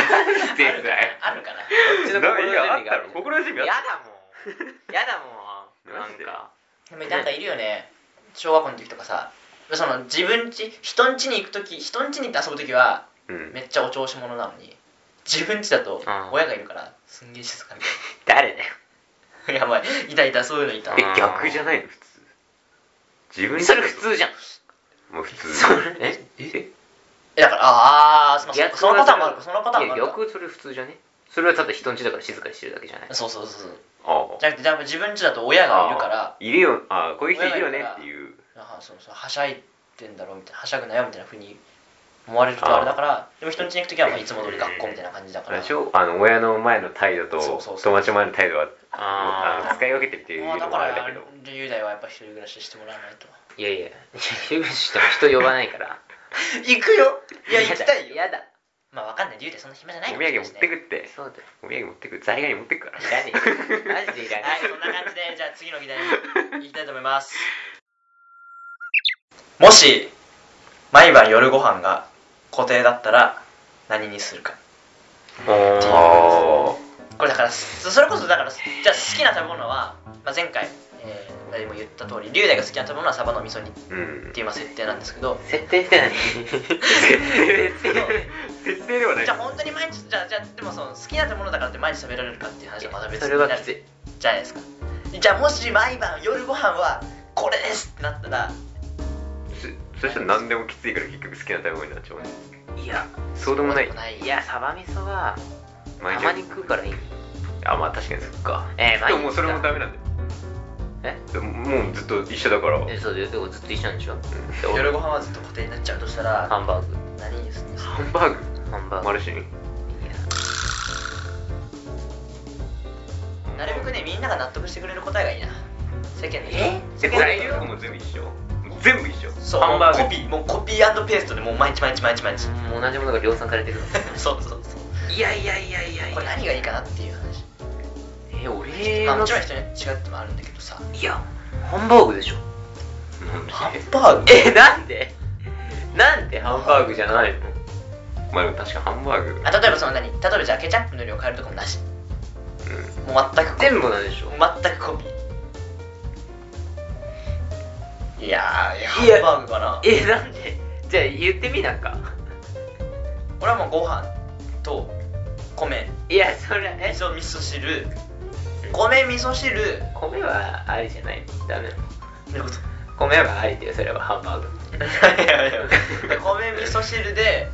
Speaker 3: あるかな
Speaker 4: っちの心の準備
Speaker 2: い
Speaker 4: が
Speaker 2: や
Speaker 4: あ
Speaker 2: あった
Speaker 4: る
Speaker 2: ろ心の準備
Speaker 4: や
Speaker 2: あっ
Speaker 4: だもんやだもんな
Speaker 2: マ
Speaker 4: ん
Speaker 2: ジで
Speaker 4: か
Speaker 3: でもなんかいるよね小学校の時とかさその自分家人ん家に行く時人ん家に行って遊ぶ時は
Speaker 2: たうん
Speaker 3: めっちゃお調子者なのに自分家だと
Speaker 4: うん
Speaker 3: 親がいるからすんげえ静かに
Speaker 4: 誰だ よ
Speaker 3: やばいいたいたそういうのいた
Speaker 2: え逆じゃないの普通自分
Speaker 4: それ普通じゃん
Speaker 2: 通もう普通
Speaker 4: それえ
Speaker 2: え
Speaker 3: えだからああその
Speaker 4: 逆
Speaker 3: そのパターンもあるかそのパターンもあ
Speaker 4: い
Speaker 3: る
Speaker 4: や
Speaker 3: か
Speaker 4: 逆それ普通じゃねそれはただ人ん家だから静かにしてるだけじゃない
Speaker 3: そうそうそうそう
Speaker 2: あ
Speaker 3: じゃなくてじゃあ自分家だと親がいるから
Speaker 2: いるよああこういう人いるよねっていう
Speaker 3: あそうそうはしゃいでんだろうみたいなはしゃぐなよみたいなふうに思われるとあれだからでも人ん家に行く時はまあいつも通り学校みたいな感じだから
Speaker 2: でしょあの親の前の態度と
Speaker 3: そうそうそう
Speaker 2: 友達の前の態度は
Speaker 4: あー
Speaker 2: あの使い分けてるっていう
Speaker 3: まあだ
Speaker 2: の
Speaker 3: か
Speaker 2: もあ
Speaker 3: ら
Speaker 2: れだけど
Speaker 3: 雄大はやっぱ一人暮らししてもらわ ないと
Speaker 4: いやいや休学しても人呼ばないから
Speaker 3: 行くよいや行きたいよ
Speaker 4: やだや
Speaker 3: まあわかんない雄大そんな暇じゃない
Speaker 2: お
Speaker 3: かも
Speaker 2: 土
Speaker 3: しれ
Speaker 2: 産
Speaker 3: な
Speaker 2: 持
Speaker 3: い
Speaker 2: って くっ
Speaker 4: だ
Speaker 2: て
Speaker 4: そうだよ
Speaker 2: お土産持ってくザリガニ持ってくから
Speaker 4: いらねえよマジでいらね
Speaker 3: はいそんな感じでじゃあ次の議題に行きたいと思い ますもし毎晩夜ご飯が固定だったら何にするか
Speaker 4: え
Speaker 2: あ
Speaker 3: これだからそそれこそだからじゃあ好きな食べ物は、まあ、前回、えー、誰も言った通り龍大が好きな食べ物はサバの味噌煮っ
Speaker 2: ーうん
Speaker 3: ていうまあ設定なんですけど
Speaker 4: 設定してな い設定
Speaker 2: 設定ではない
Speaker 3: じゃあ本当に毎日じゃあじゃあでもその好きな食べ物だからって毎日食べられるかっていう話はまた別
Speaker 4: そ
Speaker 3: に
Speaker 4: れ
Speaker 3: な
Speaker 4: は
Speaker 3: る
Speaker 4: きつい
Speaker 3: じゃないですかじゃあもし毎晩夜ご飯はこれですってなったら
Speaker 2: そそしたら何でもきついから結局好きな食べ物になっちゃうね
Speaker 4: いや
Speaker 2: そうでもない
Speaker 4: いやサバ味噌は
Speaker 2: 毎
Speaker 4: た
Speaker 2: 日
Speaker 4: まに食うからいい
Speaker 2: あまあ確かにそっか
Speaker 4: えー、
Speaker 2: でももうそれもダメなんだよ
Speaker 4: え
Speaker 2: でももうずっと一緒だから
Speaker 4: えそうだよでもずっと一緒なんでしょで俺
Speaker 3: 夜ご飯はずっと固定になっちゃうとしたら
Speaker 4: ハンバーグ
Speaker 3: 何にするんですか
Speaker 2: ハンバーグ
Speaker 4: ハンバーグ
Speaker 2: マルシェに
Speaker 4: いや
Speaker 3: なるべくねみんなが納得してくれる答えがいいな世間で
Speaker 4: え
Speaker 2: え
Speaker 3: 世間
Speaker 2: 材
Speaker 3: で
Speaker 2: 料も全部一緒もう全部一緒
Speaker 3: そう
Speaker 2: ハンバーグ
Speaker 3: コピーもうコピーペーストでもう毎日毎日毎日毎日
Speaker 4: もう同じものが量産されてる
Speaker 3: そうそうそう
Speaker 4: いやいやいやいやい
Speaker 3: これ
Speaker 4: や
Speaker 3: 何がいいかなっていう話、
Speaker 4: え俺
Speaker 3: まあ、
Speaker 4: の
Speaker 3: もちろん人によって違ってもあるんだけどさ
Speaker 4: いやハンバーグでしょ
Speaker 3: ハンバーグ
Speaker 4: えなんでなんでハンバーグじゃないの
Speaker 2: まあでも確かハンバーグ
Speaker 3: あ例えばその何例えばじゃあケチャップの量変えるとかもなしもう全く
Speaker 4: 全部なんでしょ
Speaker 3: 全くコピーいやー
Speaker 4: いや
Speaker 3: ハンバーグかな
Speaker 4: えなんでじゃあ言ってみなんか
Speaker 3: 俺はもうご飯と米
Speaker 4: いやそれ
Speaker 3: 味
Speaker 4: え
Speaker 3: 噌味噌汁米味噌汁
Speaker 4: 米はありじゃないダメなの
Speaker 3: どういうこと
Speaker 4: 米はありだよそれはハンバーグ
Speaker 3: いやいや米味噌汁で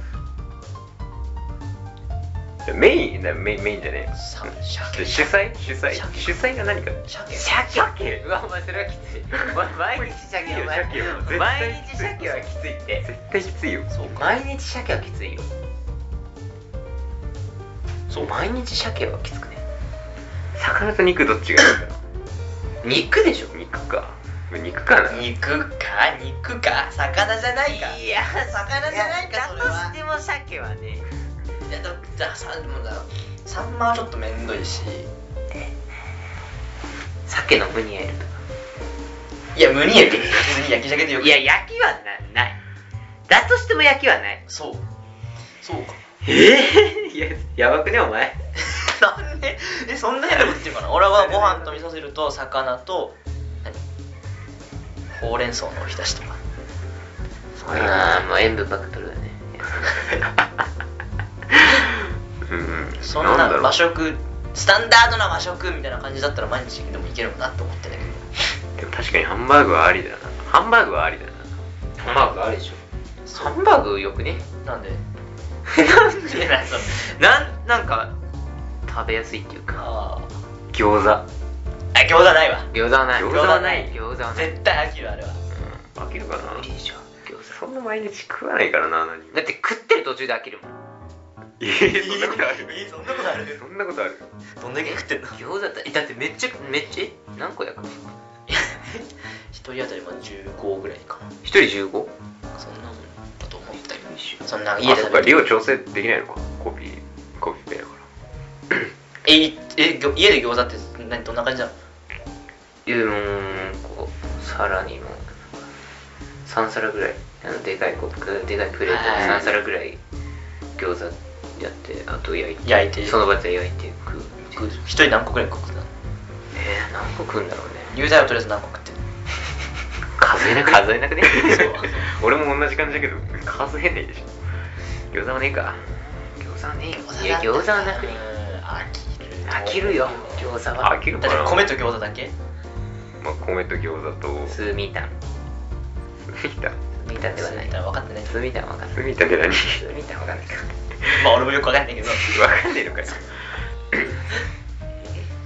Speaker 2: メインだメインメインじゃね
Speaker 3: さ
Speaker 2: え
Speaker 3: 鮭
Speaker 2: 主催主催
Speaker 3: 鮭
Speaker 2: 主催が何か
Speaker 3: 鮭
Speaker 4: 鮭うわお前それはきついお前毎日鮭
Speaker 2: 鮭
Speaker 4: お前
Speaker 2: は絶対
Speaker 4: 毎日鮭はきついって
Speaker 2: 絶対きついよ
Speaker 3: そうか
Speaker 4: 毎日鮭はきついよそう毎日鮭はきつくね
Speaker 2: 魚と肉どっちがいいか
Speaker 4: 肉でしょ
Speaker 2: 肉か肉かな
Speaker 3: 肉か肉か魚じゃないか
Speaker 4: いや
Speaker 3: 魚じゃないかそれは
Speaker 4: だとしても鮭はね
Speaker 3: いやだださもうだサンマはちょっとめんどいし
Speaker 4: 鮭のムニエルとか
Speaker 3: いやムニエル別に焼き鮭でよく
Speaker 4: いや焼きはなないだとしても焼きはない
Speaker 3: そうそうか
Speaker 4: ええややばくねお前
Speaker 3: なんでえそんな変なこと言ってるかな俺はご飯と味噌汁と魚と何ほうれん草のおひたしとか
Speaker 4: ああもう塩分ばっか取るよ ね
Speaker 2: うん
Speaker 3: そんな
Speaker 2: だろう
Speaker 3: 和食スタンダードな和食みたいな感じだったら毎日でもいけるかなと思ってんだけど
Speaker 2: でも確かにハンバーグはありだなハンバーグはありだな
Speaker 4: ハンバーグあるでしょハンバーグよくね
Speaker 3: なんで
Speaker 4: なん
Speaker 3: いやそう
Speaker 4: なんなんか食べやすいっていうか
Speaker 3: あー
Speaker 2: 餃子
Speaker 3: あ餃子ないわ
Speaker 4: 餃子はない
Speaker 2: 餃
Speaker 3: 子はない
Speaker 4: 餃子はない
Speaker 3: 絶対飽きるあれは
Speaker 2: 飽きるかな
Speaker 4: 無理でしょ餃子
Speaker 2: そんな毎日食わないからな何も
Speaker 4: だって食ってる途中で飽きるもん
Speaker 2: えーそんなことある
Speaker 3: えーそんなことある
Speaker 2: そんなことある
Speaker 3: どんだけ食ってんの
Speaker 4: 餃子だってだってめっちゃめっちゃえ何個焼くの
Speaker 3: 一人当たりまあ15ぐらいかな
Speaker 4: 一人
Speaker 3: そん
Speaker 4: 15?
Speaker 3: なもんだと思ったよそんな家
Speaker 2: あ
Speaker 3: で
Speaker 2: そ
Speaker 3: 食
Speaker 2: っか
Speaker 3: べる
Speaker 2: 量調整できないのかコピーコピペだか
Speaker 3: えいえぎょ家で餃子って何どんな感じなの
Speaker 4: いやでもこう皿にも3皿ぐらいあのでかいコップでかいプレートで
Speaker 3: はい
Speaker 4: 3皿ぐらい餃子やってあと焼いて
Speaker 3: 焼いて
Speaker 4: その場で焼いて食う
Speaker 3: 食う一人何個ぐらい食うの
Speaker 4: えー、何個食うんだろうね
Speaker 3: 入隊はとりあえず何個食ってる
Speaker 4: 数えなく数えな く ね
Speaker 3: そう
Speaker 2: 俺も同じ感じだけど数えないでしょ餃子はねえか
Speaker 4: 餃子はねいや餃子はなくね
Speaker 3: うん飽きる
Speaker 4: 飽きるよ餃子は
Speaker 2: 飽きるか
Speaker 3: だって
Speaker 2: な
Speaker 3: 米と餃子だけ
Speaker 2: まあ、米と餃子と
Speaker 4: スーミータン
Speaker 2: スミタ
Speaker 4: スーミータンではない
Speaker 3: みたいな分かってない
Speaker 4: スーミータンわかんない
Speaker 2: スミタ って何
Speaker 4: スーミータンわかんないか
Speaker 3: まあ俺もよく分かんないけど
Speaker 2: わかんねえのかよ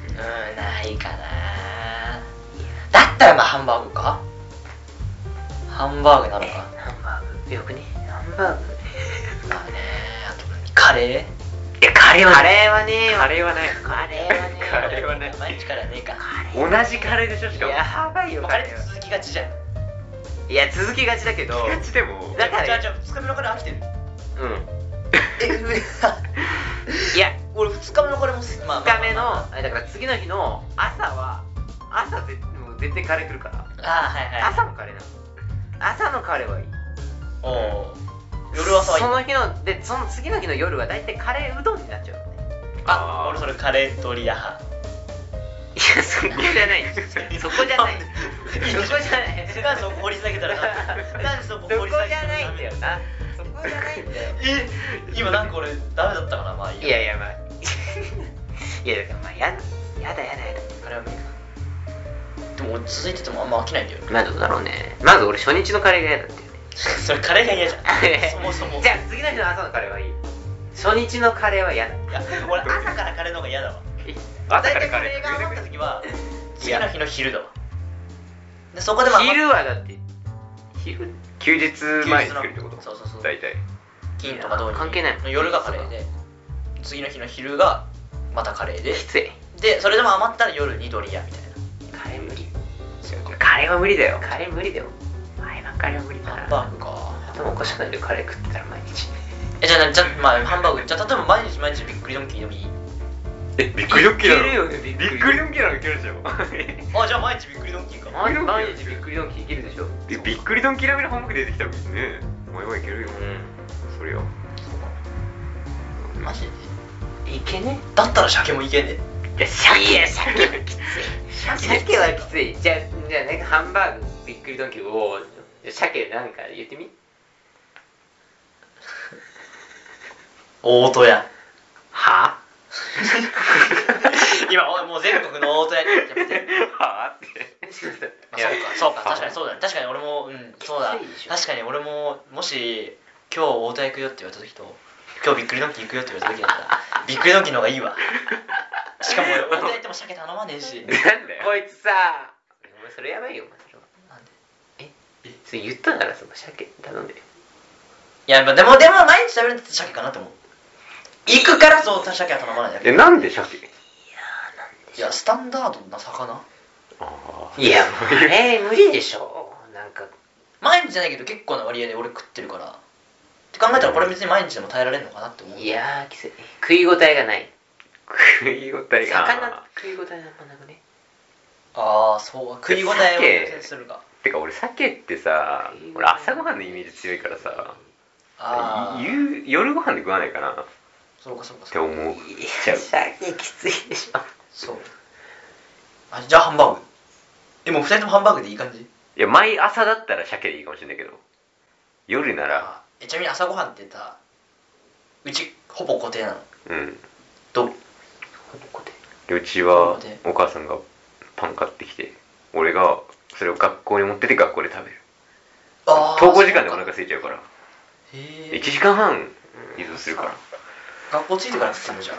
Speaker 3: うんないかなだったらまあハンバーグかハンバーグなのか
Speaker 4: ハンバーグよくねハンバーグ
Speaker 3: まあねあとカレ
Speaker 4: いやカレーは
Speaker 2: カ
Speaker 4: ね
Speaker 2: レーはねカレーはない
Speaker 4: カレーはね
Speaker 2: カレーはない
Speaker 3: ー毎日からねえか
Speaker 2: 同じカレーでしょしかも
Speaker 4: やばいよ
Speaker 3: まあ
Speaker 4: カ
Speaker 3: カ
Speaker 4: レ
Speaker 3: レー
Speaker 4: ー
Speaker 3: って
Speaker 4: は
Speaker 3: 続きがちじゃん
Speaker 4: いや続きがちだけど
Speaker 2: ガチでも
Speaker 4: だから
Speaker 3: じゃあじゃあ2日目のカレー飽きてる
Speaker 2: うん
Speaker 4: いや
Speaker 3: 俺2日目のカレーもすまあ
Speaker 4: 2日目のえだから次の日の朝は朝ぜもう絶対カレー来るから
Speaker 3: ああはいはい
Speaker 4: 朝のカレーなの朝のカレーはいい
Speaker 3: おお夜はさ
Speaker 4: その日のでその次の日の夜は大体カレーうどんになっちゃうのね
Speaker 3: あ俺それカレードリア派
Speaker 4: いやそこじゃないそこじゃ ないそこじゃ ない
Speaker 3: なんでそこ掘り下げたらなんでそこ
Speaker 4: そ
Speaker 3: 掘
Speaker 4: こ
Speaker 3: り下げ
Speaker 4: じゃ
Speaker 3: たら
Speaker 4: ないんだよなそこじゃないんだよ
Speaker 3: え今なんか俺ダメだったかなまあいい
Speaker 4: いやいやまあ いやだからまあややだやだやだ
Speaker 3: カレーは無理かでも俺続いててもあんま飽きないんだよね
Speaker 4: まあどうだろうねまず俺初日のカレーが嫌だったよね
Speaker 3: それカレーが嫌じ ゃんそもそも
Speaker 4: じゃあ次の日の朝のカレーはいい初日のカレーは嫌だ
Speaker 3: いや俺朝からカレーの方が嫌だわ
Speaker 2: 朝
Speaker 3: 大
Speaker 2: から
Speaker 3: 体
Speaker 2: カ
Speaker 3: カ
Speaker 2: レ
Speaker 3: レ
Speaker 2: ー
Speaker 3: ー
Speaker 2: 食
Speaker 3: が
Speaker 2: え
Speaker 3: 余
Speaker 2: なく
Speaker 3: っ
Speaker 2: な
Speaker 3: た
Speaker 2: る
Speaker 3: 時は次
Speaker 4: や
Speaker 3: の日の昼だわでそこでまあ
Speaker 4: 昼はだって昼
Speaker 2: 休日前に作るってこと
Speaker 3: そうそうそう
Speaker 2: 大体
Speaker 3: 金とかどうに
Speaker 4: 関係ないもん
Speaker 3: 夜がカレーで次の日の昼がまたカレーで
Speaker 4: きつい
Speaker 3: でそれでも余ったら夜にドリアみたいな
Speaker 4: カレー無理
Speaker 2: 違う
Speaker 4: カレーは無理だよカレー無理だよ前ばっかりは無理だ
Speaker 3: ハン
Speaker 4: な
Speaker 3: バーグか
Speaker 4: 頭おかしくなるよカレー食ってたら毎日
Speaker 3: えじゃあじゃあ、まあ、ハンバーグじゃあ例えば毎日毎日びっくりドンキーでもいい
Speaker 2: えびっくりドンキーなの
Speaker 4: いけるよね
Speaker 2: び
Speaker 4: び
Speaker 2: っ
Speaker 4: っ
Speaker 2: く
Speaker 4: くり
Speaker 2: りドンキーなのいける でしょ
Speaker 3: あじゃあ毎日びっくりドンキーか
Speaker 4: 毎日びっくりドンキーいけるでしょ
Speaker 2: えびっくりドンキーラメのハンバーグ出てきたもんねお前はいけるよ
Speaker 4: う
Speaker 2: それよ
Speaker 3: マジで
Speaker 4: んいけね
Speaker 3: だったら鮭もいけんね
Speaker 4: いや鮭いや鮭はきつい鮭はきついじゃあじゃあなんかハンバーグびっくりドンキーおお鮭なんか言ってみ
Speaker 3: 大戸屋
Speaker 4: は
Speaker 3: 今おいもう全国の大戸屋にやめて
Speaker 2: はあって
Speaker 3: まあそうかそうか確かにそうだね確かに俺もうんそうだ
Speaker 4: きついでしょ
Speaker 3: 確かに俺ももし今日大戸屋行くよって言われた時と今日びっくりドンキー行くよって言われた時だったらびっくりドンキーの方がいいわし かも俺大戸屋行っても鮭頼まねえし
Speaker 2: なんだ
Speaker 4: こ
Speaker 2: よ
Speaker 4: いつさお前それやばいよお前それ
Speaker 3: な
Speaker 4: は
Speaker 3: んで
Speaker 4: えそれ言ったならその鮭頼んで
Speaker 3: いやまあでもでも毎日食べるのって鮭かなと思う行くからそう鮭は頼まないんだけ
Speaker 2: えなんで鮭
Speaker 3: どいやスタンダードな魚
Speaker 2: あ
Speaker 4: いやもうあれ無理でしょなんか
Speaker 3: 毎日じゃないけど結構な割合で俺食ってるからって考えたらこれ別に毎日でも耐えられるのかなって思う
Speaker 4: いやーきつい食い応えがない
Speaker 2: 食い応えが
Speaker 4: 魚食い応えがあんまなくね
Speaker 3: ああそう食い応えを優先するか
Speaker 2: てか俺鮭ってさ俺朝ごはんのイメージ強いからさ
Speaker 3: ああ
Speaker 2: 夕夜ご飯で食わないかなっ
Speaker 3: そうかそうか
Speaker 2: て
Speaker 3: そうか
Speaker 2: 思う
Speaker 4: い
Speaker 2: ちゃ
Speaker 4: や
Speaker 2: う
Speaker 4: 鮭きついでしょ
Speaker 3: そうあじゃあハンバーグでも2人ともハンバーグでいい感じ
Speaker 2: いや毎朝だったら鮭でいいかもしれないけど夜なら
Speaker 3: あーえちなみに朝ごはんってさうちほぼ固定なの
Speaker 2: うん
Speaker 3: どう
Speaker 2: でうちは
Speaker 3: そうで
Speaker 2: お母さんがパン買ってきて俺がそれを学校に持ってて学校で食べる
Speaker 3: あー
Speaker 2: 登校時間でお腹空いちゃうから
Speaker 3: へ
Speaker 2: 1
Speaker 3: え
Speaker 2: 時間半移動するから
Speaker 3: 学校着いてから食ってんのじゃん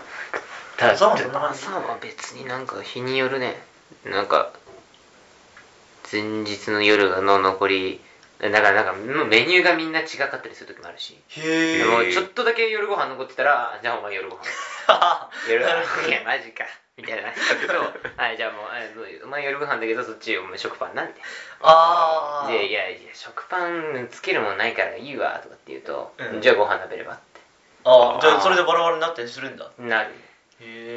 Speaker 4: ただ
Speaker 3: 朝はそんな感じ
Speaker 4: 朝は別になんか日によるねなんか前日の夜の残りだからなんかもうメニューがみんな違かったりする時もあるし
Speaker 3: へ
Speaker 4: で
Speaker 2: ー
Speaker 4: もちょっとだけ夜ご飯残ってたらじゃあお前夜ご飯
Speaker 3: な
Speaker 4: 夜
Speaker 3: る
Speaker 4: ご
Speaker 3: ほど
Speaker 4: 飯いやマジかみたいな話だけどはいじゃあもうあどういうお前夜ご飯だけどそっちお前食パンなんで
Speaker 3: ああ
Speaker 4: でいやいや食パンつけるもんないからいいわとかって言うと、
Speaker 3: うん
Speaker 4: じゃあご飯食べればって
Speaker 3: ああじゃ
Speaker 2: あー
Speaker 3: あそれでバラバラになったりするんだ
Speaker 4: なる
Speaker 3: へ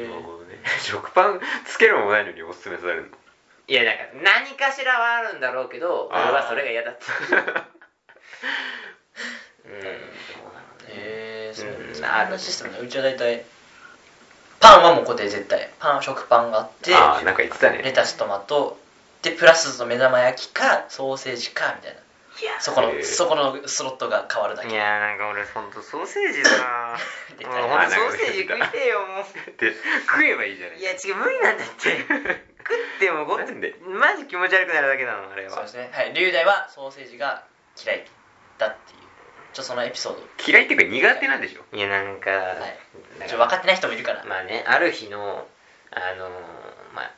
Speaker 3: え
Speaker 2: なるほどね食パンつけるもないのにおすすめされるの
Speaker 4: いやなんか何かしらはあるんだろうけど
Speaker 2: あー
Speaker 4: 俺はそれが嫌だったうんどうだろうね
Speaker 3: へえそう
Speaker 4: うん
Speaker 3: そん
Speaker 4: ある
Speaker 3: なシステムだうちは大体パンはもう固定絶対パンは食パンがあって
Speaker 2: ああなんか言ってた
Speaker 3: レ
Speaker 2: ね
Speaker 3: タストマトでプラスの目玉焼きかソーセージかみたいない
Speaker 4: や
Speaker 3: そこ
Speaker 2: へえ
Speaker 3: のそこのスロットが変わるだ
Speaker 4: い
Speaker 3: け
Speaker 4: やなんか俺ほんとソーセージだ な
Speaker 3: で
Speaker 4: もう
Speaker 3: かいな
Speaker 4: ほんとソーセージ食いてえよもう
Speaker 2: で食えばいいじゃない
Speaker 4: いや違う無理なんだって食ってもご
Speaker 2: なんで
Speaker 4: マジ気持ち悪くなるだけなのあれ
Speaker 3: そう
Speaker 4: は
Speaker 3: ですねはい龍大はソーセージが嫌いだっていうちょっとそのエピソード
Speaker 2: 嫌いっていうか苦手なんでしょ
Speaker 4: いやなんか,、
Speaker 3: い
Speaker 4: なん
Speaker 3: ちょ
Speaker 4: か
Speaker 3: 分かってない人もいるから、
Speaker 4: まあねある日のあのーまあ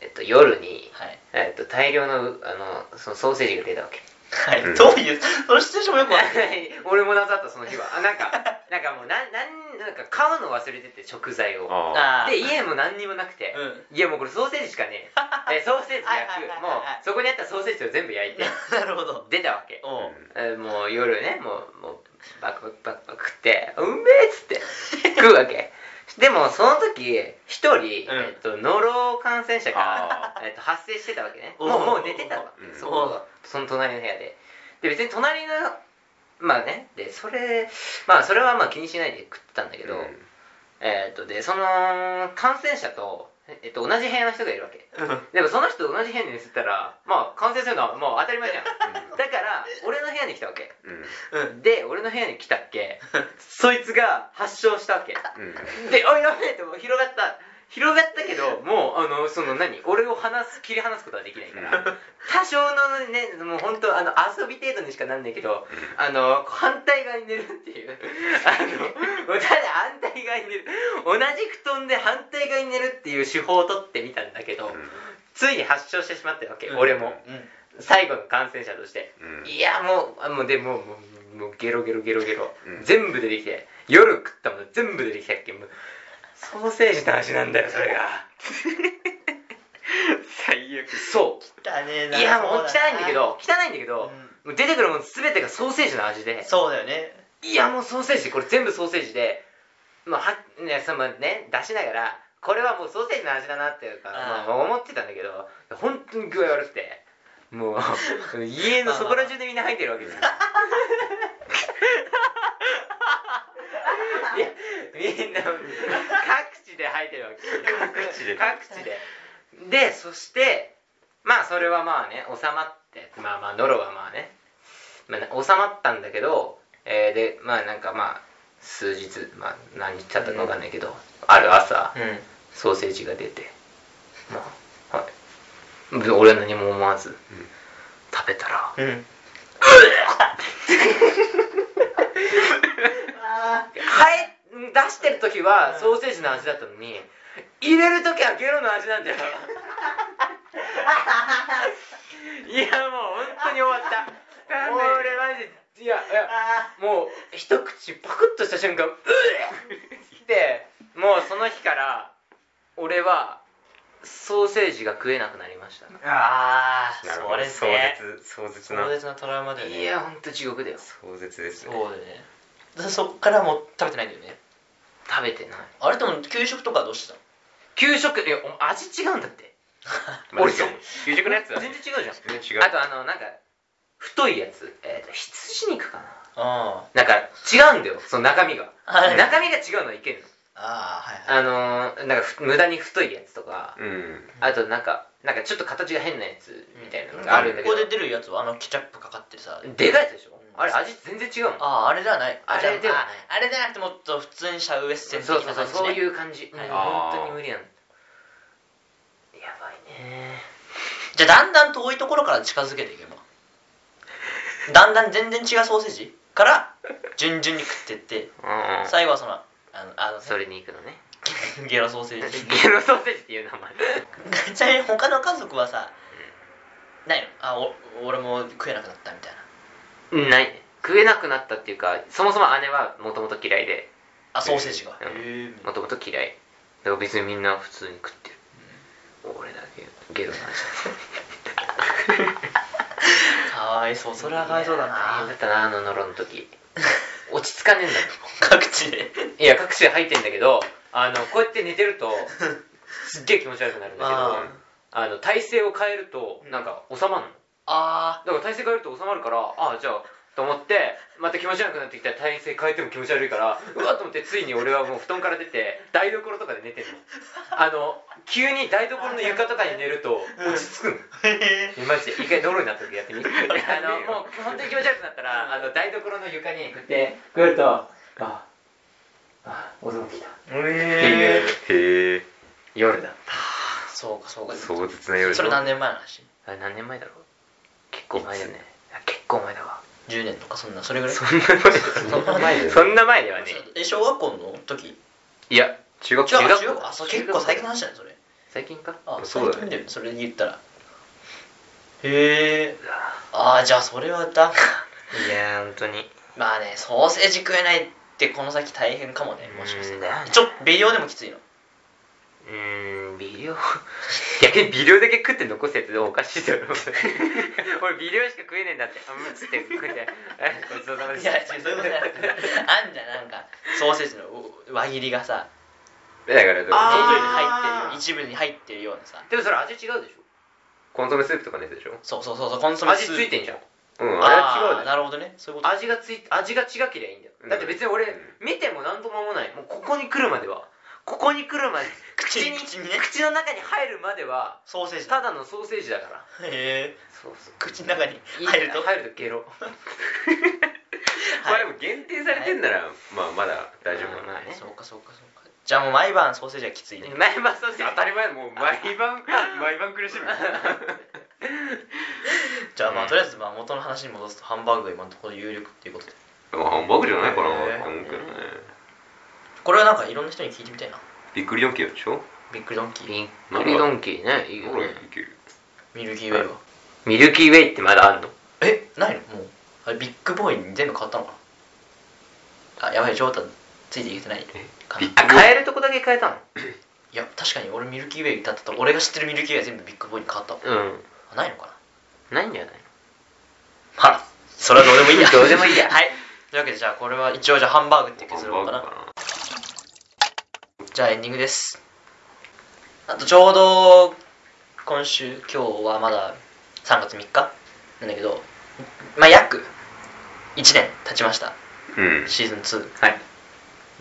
Speaker 4: えっと夜に、
Speaker 3: はい
Speaker 4: えっと、大量のうあのそのソーセージが出たわけ
Speaker 3: はい、
Speaker 2: うん
Speaker 3: どういうそのシチュエーションもよくわかん ない
Speaker 4: 俺も謎だったその日はあな んかなんかもうなんなんなんか買うの忘れてて食材を
Speaker 2: あ
Speaker 3: あー
Speaker 4: で家も何にもなくて、いやもうこれソーセージしかね えでソーセージ焼
Speaker 3: はいはいはいはい
Speaker 4: くもうそこにあったソーセージを全部焼いて
Speaker 3: うんなるほど
Speaker 4: 出たわけ
Speaker 3: おう
Speaker 4: えーもう夜ねもうもうバクバクバクバク食ってうんめえっつ って食うわけでもその時一人、えっと、ノロ感染者が、 えっと、発生してたわけねも
Speaker 3: お
Speaker 4: う
Speaker 3: ー
Speaker 4: もう寝てたわ
Speaker 2: うん
Speaker 4: そこその隣の部屋でで別に隣のまあねでそれまあそれはまあ気にしないで食ってたんだけ
Speaker 2: け
Speaker 4: ど、
Speaker 2: ど
Speaker 4: えっとでその感染者と、えっと、同じ部屋の人がいるわけでもその人と同じ部屋に移ったらまあ感染するのはもう当たり前じゃん
Speaker 2: う
Speaker 4: だから俺の部屋に来たわけ
Speaker 2: ん
Speaker 3: うん
Speaker 4: で俺の部屋に来たっけそいつが発症したわけ
Speaker 2: うん
Speaker 4: で「おいやべえ」ってもう広がった広がったけどもうあのその何俺を話す切り離すことはできないから多少のねもう本当あの遊び程度にしかなんないけどあの反対側に寝るっていうあのただ反対側に寝る同じ布団で反対側に寝るっていう手法を取ってみたんだけど、ついに発症してしまったわけ、
Speaker 3: うん
Speaker 4: 俺も
Speaker 3: うん
Speaker 4: 最後の感染者として
Speaker 2: うんうん
Speaker 4: いやもうあもうでもうもうもうゲロゲロゲロゲロ、
Speaker 2: うん
Speaker 4: 全部出てきて夜食ったもの全部出てきたっけもうソーセージの味なんだよそれが
Speaker 2: 最悪
Speaker 4: そ
Speaker 3: 汚ねえ
Speaker 4: う
Speaker 3: ない
Speaker 4: やもう汚
Speaker 3: そだ
Speaker 4: いんだけど汚いんだけど、もう出てくるもの全てがソーセージの味
Speaker 3: う
Speaker 4: で
Speaker 3: んそうだよね
Speaker 4: いやもうソーセージこれ全部ソーセージでまあはねそのね出しながらこれはもうソーセージの味だなっていうか
Speaker 3: あー
Speaker 4: まあ、思ってたんだけど本当に具合悪くて もう家のそこら中でみんな入ってるわけですよいやみんな各地で入ってるわけ
Speaker 2: 各地で
Speaker 4: 各地ででそしてまあそれはまあね収まってまあまあノロはまあね、まあ、収まったんだけど、えーでまあなんかまあ数日、まあ、何日経ったか分かんないけど、ある朝
Speaker 3: うん
Speaker 4: ソーセージが出てまあはいで俺は何も思わず、食べたら
Speaker 3: うん
Speaker 4: はい出してる時はソーセージの味だったのに入れる時はゲロの味 なんだよいやもう本当に終わった
Speaker 2: 残念
Speaker 4: 俺マジいやいやもう一口パクッとした瞬間うえでもうその日から俺はソーセージが食えなくなりました
Speaker 3: ああ
Speaker 2: なる
Speaker 3: そ
Speaker 2: ほど
Speaker 3: れね
Speaker 2: 壮絶壮絶
Speaker 3: 壮
Speaker 2: な
Speaker 3: 絶なトラウマだよね
Speaker 4: いやほんと地獄だよ
Speaker 2: 壮絶です
Speaker 3: そ
Speaker 2: ね
Speaker 3: うだよねだそっからもう食べてないんだよね
Speaker 4: 食べてない
Speaker 3: あれでも給食とかどうしてたの
Speaker 4: 給食いやお味違うんだって
Speaker 2: まあ
Speaker 4: 俺
Speaker 2: でも給食のやつは
Speaker 4: 全然違うじゃん
Speaker 2: 全然違う
Speaker 4: あとあのなんか太いやつ、えーと羊肉かな
Speaker 3: あ
Speaker 4: なんか違うんだよその中身が
Speaker 3: はい
Speaker 4: 中身が違うのいけるの
Speaker 3: あーはいはい
Speaker 4: あのーなんかふ無駄に太いやつとか
Speaker 2: うん
Speaker 4: あとなんかなんかちょっと形が変なやつみたいなのがあるんだけど、
Speaker 3: ここで出るやつはあのケチャップかかってるさ
Speaker 4: でかいやつでしょ、
Speaker 3: うん
Speaker 4: あれ味全然違うもん
Speaker 3: あああれではない
Speaker 4: あれではない
Speaker 3: ああれではなくてもっと普通にシャウエッセン的
Speaker 4: そうそ
Speaker 3: な感
Speaker 4: うそう
Speaker 3: じね
Speaker 4: そういう感じ、
Speaker 3: はい
Speaker 4: うん
Speaker 2: あー
Speaker 4: 本当に無理なんだやばいね
Speaker 3: じゃあだんだん遠いところから近づけていけばだんだん全然違うソーセージから順々に食ってって
Speaker 4: うん
Speaker 3: 最後はそのあのあのね
Speaker 4: それに行くのね
Speaker 3: ゲロソーセージ
Speaker 4: ゲロソーセージっていう名前
Speaker 3: ちなみに他の家族はさないのあお俺も食えなくなったみたいな
Speaker 4: ないね食えなくなったっていうかそもそも姉はもともと嫌いで
Speaker 3: あソーセージが
Speaker 4: うん
Speaker 3: へ
Speaker 4: もともと嫌いでも別にみんな普通に食ってる俺だけゲロの味
Speaker 3: えかわいそうそれはかわいそうだ
Speaker 4: 大
Speaker 3: な
Speaker 4: 変だったなあのノロの時落ち着かねえんだよ
Speaker 3: 各地で
Speaker 4: いや各地で入ってんだけどあのこうやって寝てる とすっげえ気持ち悪くなるんだけど
Speaker 3: あ
Speaker 4: あの体勢を変えるとなんか収まんの
Speaker 3: あ
Speaker 4: だから体勢変えると収まるからああじゃあと思ってまた気持ち悪くなってきたら体勢変えても気持ち悪いからうわっと思ってついに俺はもう布団から出て台所とかで寝てるのあの急に台所の床とかに寝ると落ち着くの
Speaker 3: ー
Speaker 4: マジで一回泥になった時やってみあ
Speaker 3: ねえよ
Speaker 4: のもう本当に気持ち悪くなったらあの台所の床に振ってくるとあああ驚きだ
Speaker 2: へ
Speaker 3: え
Speaker 2: へえ
Speaker 4: 夜だ
Speaker 3: そうかそうか
Speaker 2: 壮絶な夜
Speaker 3: それ何年前の話
Speaker 4: あれ何年前だろう結構前だよねあ結構前だわ
Speaker 3: 10年とかそんなそれぐらい
Speaker 2: そんな前
Speaker 4: そんな前ではね
Speaker 3: え小学校の時違う
Speaker 2: いや中学
Speaker 3: 中
Speaker 2: 中
Speaker 3: 学
Speaker 2: 学
Speaker 3: 校あそう結構最近の話だねそれ
Speaker 4: 最近か
Speaker 3: あ
Speaker 2: そうだね
Speaker 3: 最近よそれで言ったらへえああじゃあそれはだ
Speaker 4: いやー本当に
Speaker 3: まあねソーセージ食えないってこの先大変かもねもしかして
Speaker 4: うーん
Speaker 3: ちょ微量でもきついの
Speaker 4: うーん微 量逆に微量だけ食って残せっておかしい だろ俺微量しか食えねえんだってあむっつって食ってごちそうさまで
Speaker 3: い
Speaker 4: した
Speaker 3: や違うそういうことじゃなくてあんじゃんなんかソーセージのう輪切りがさ
Speaker 2: だか
Speaker 3: 部
Speaker 2: ら
Speaker 3: 分に
Speaker 4: あ
Speaker 3: 入っ
Speaker 4: ー
Speaker 3: てる一部に入ってるようなさ
Speaker 4: でもそれ味違うでしょ
Speaker 2: コンソメスープとかのやつでしょ
Speaker 3: そうそうそうそうコンソメ
Speaker 4: 味
Speaker 3: スープ
Speaker 4: ついてんじゃん
Speaker 2: うんあれは
Speaker 3: あ
Speaker 2: 違うね
Speaker 3: あなるほどねそういうこと
Speaker 4: 味がつい味が違けりゃいいんだよだって別に俺、
Speaker 2: う
Speaker 4: 見ても何とも思わないもうここに来るまではここに来るまで 口に
Speaker 3: 口
Speaker 4: 口
Speaker 3: にね
Speaker 4: の中に入るまでは
Speaker 3: ソーセージだ
Speaker 4: ただのソーセージだから
Speaker 3: へえ
Speaker 4: そうそう
Speaker 3: 口の中に
Speaker 4: いい
Speaker 3: 入ると
Speaker 4: 入るとゲ ロ
Speaker 2: まあでも限定されてんなら、まあまだ大丈夫
Speaker 4: うんまあね
Speaker 3: そうかそうかそうかじゃあもう毎晩ソーセージはきついね
Speaker 4: 前はソーセージ
Speaker 2: 当たり前もう毎晩毎晩苦しむ
Speaker 3: じゃあまあ
Speaker 4: うん
Speaker 3: とりあえずまあ元の話に戻すとハンバーグが今のところ有力っていうことで
Speaker 2: まあハンバーグじゃないか
Speaker 3: へ
Speaker 2: な
Speaker 3: ー
Speaker 2: と思うけどね
Speaker 3: これはなんかいろんな人に聞いてみたいな
Speaker 2: びっくりドンキーでしょ
Speaker 3: ビッグドンキー
Speaker 4: びっくりドンキーねいいよ
Speaker 2: ほらい
Speaker 4: ね
Speaker 2: ける
Speaker 3: ミルキーウェイは
Speaker 4: ミルキーウェイってまだあんの
Speaker 3: えないのもうあれビッグボーイに全部変わったのかなあやばいジョータついていけてないかな
Speaker 2: ビ
Speaker 3: い
Speaker 4: あ変えるとこだけ変えたの
Speaker 3: や確かに俺ミルキーウェイだったと俺が知ってるミルキーウェイは全部ビッグボーイに変わったわ
Speaker 4: うん
Speaker 3: あないのかな
Speaker 4: ないんじゃない
Speaker 3: まあそ れはどうでもいいや
Speaker 4: どうでもいいや
Speaker 3: はいというわけでじゃあこれは一応じゃあハンバーグって
Speaker 2: ハ
Speaker 3: 削
Speaker 2: ン
Speaker 3: ろう
Speaker 2: バーグ
Speaker 3: かな
Speaker 2: か
Speaker 3: じゃあエンディングですあとちょうど今週今日はまだ3月3日なんだけどまあ約1年経ちました
Speaker 2: なうん
Speaker 3: シーズン2
Speaker 4: はい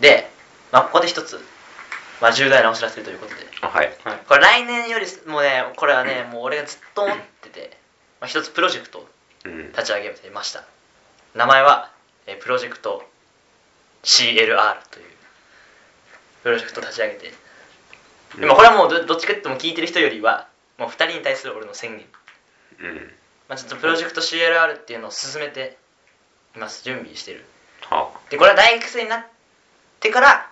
Speaker 3: で、まあ、ここで一つ、まあ、重大なお知らせということで
Speaker 2: あはい
Speaker 3: これ来年よりもうねこれはねもう俺がずっと思ってて、まあ、一つプロジェクトを
Speaker 2: うん
Speaker 3: 立ち上げてました名前は、えープロジェクト CLR というプロジェクトを立ち上げてでもこれはもうどどっちかっていうともう聞いてる人よりはもう2人に対する俺の宣言、
Speaker 2: うん
Speaker 3: まあ、ちょっとプロジェクト CLR っていうのを進めています準備してる
Speaker 2: は
Speaker 3: でこれは大学生になってから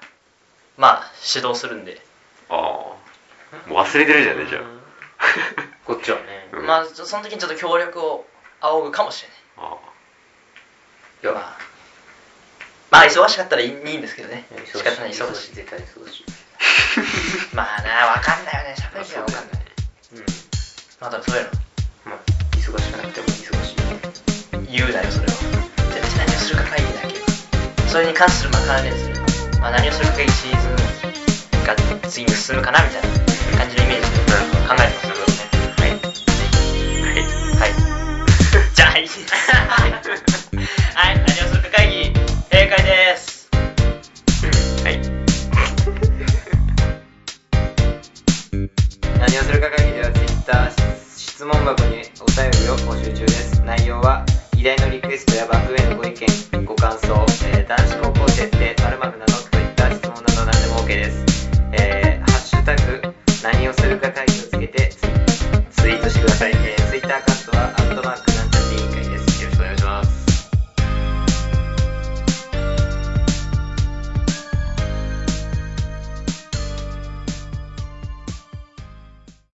Speaker 3: まあ指導するんで、
Speaker 2: ああもう忘れてるじゃねえじゃん
Speaker 4: こっちはね
Speaker 2: うん
Speaker 3: まあちょその時にちょっと協力を仰ぐかもしれない
Speaker 2: あ
Speaker 4: いや
Speaker 3: まあまあ忙しかったらいいいいんですけどね仕方ない忙しい
Speaker 4: 絶対忙しい
Speaker 3: まあなわかんないよね喋るじゃわかんない
Speaker 4: うん
Speaker 3: まあ多分そういうの
Speaker 4: まあ忙しくなくても忙しい
Speaker 3: 言うなよそれは絶対何をするか会議だけそれに関するまあ関連する、まあ、何をするか会議シーズンが次に進むかなみたいな感じのイメージで考えてますけどねはいはいじゃあはいはい何をするか会議閉会です
Speaker 4: 何をするか会議では Twitter 質問箱にお便りを募集中です内容は議題のリクエストや番組への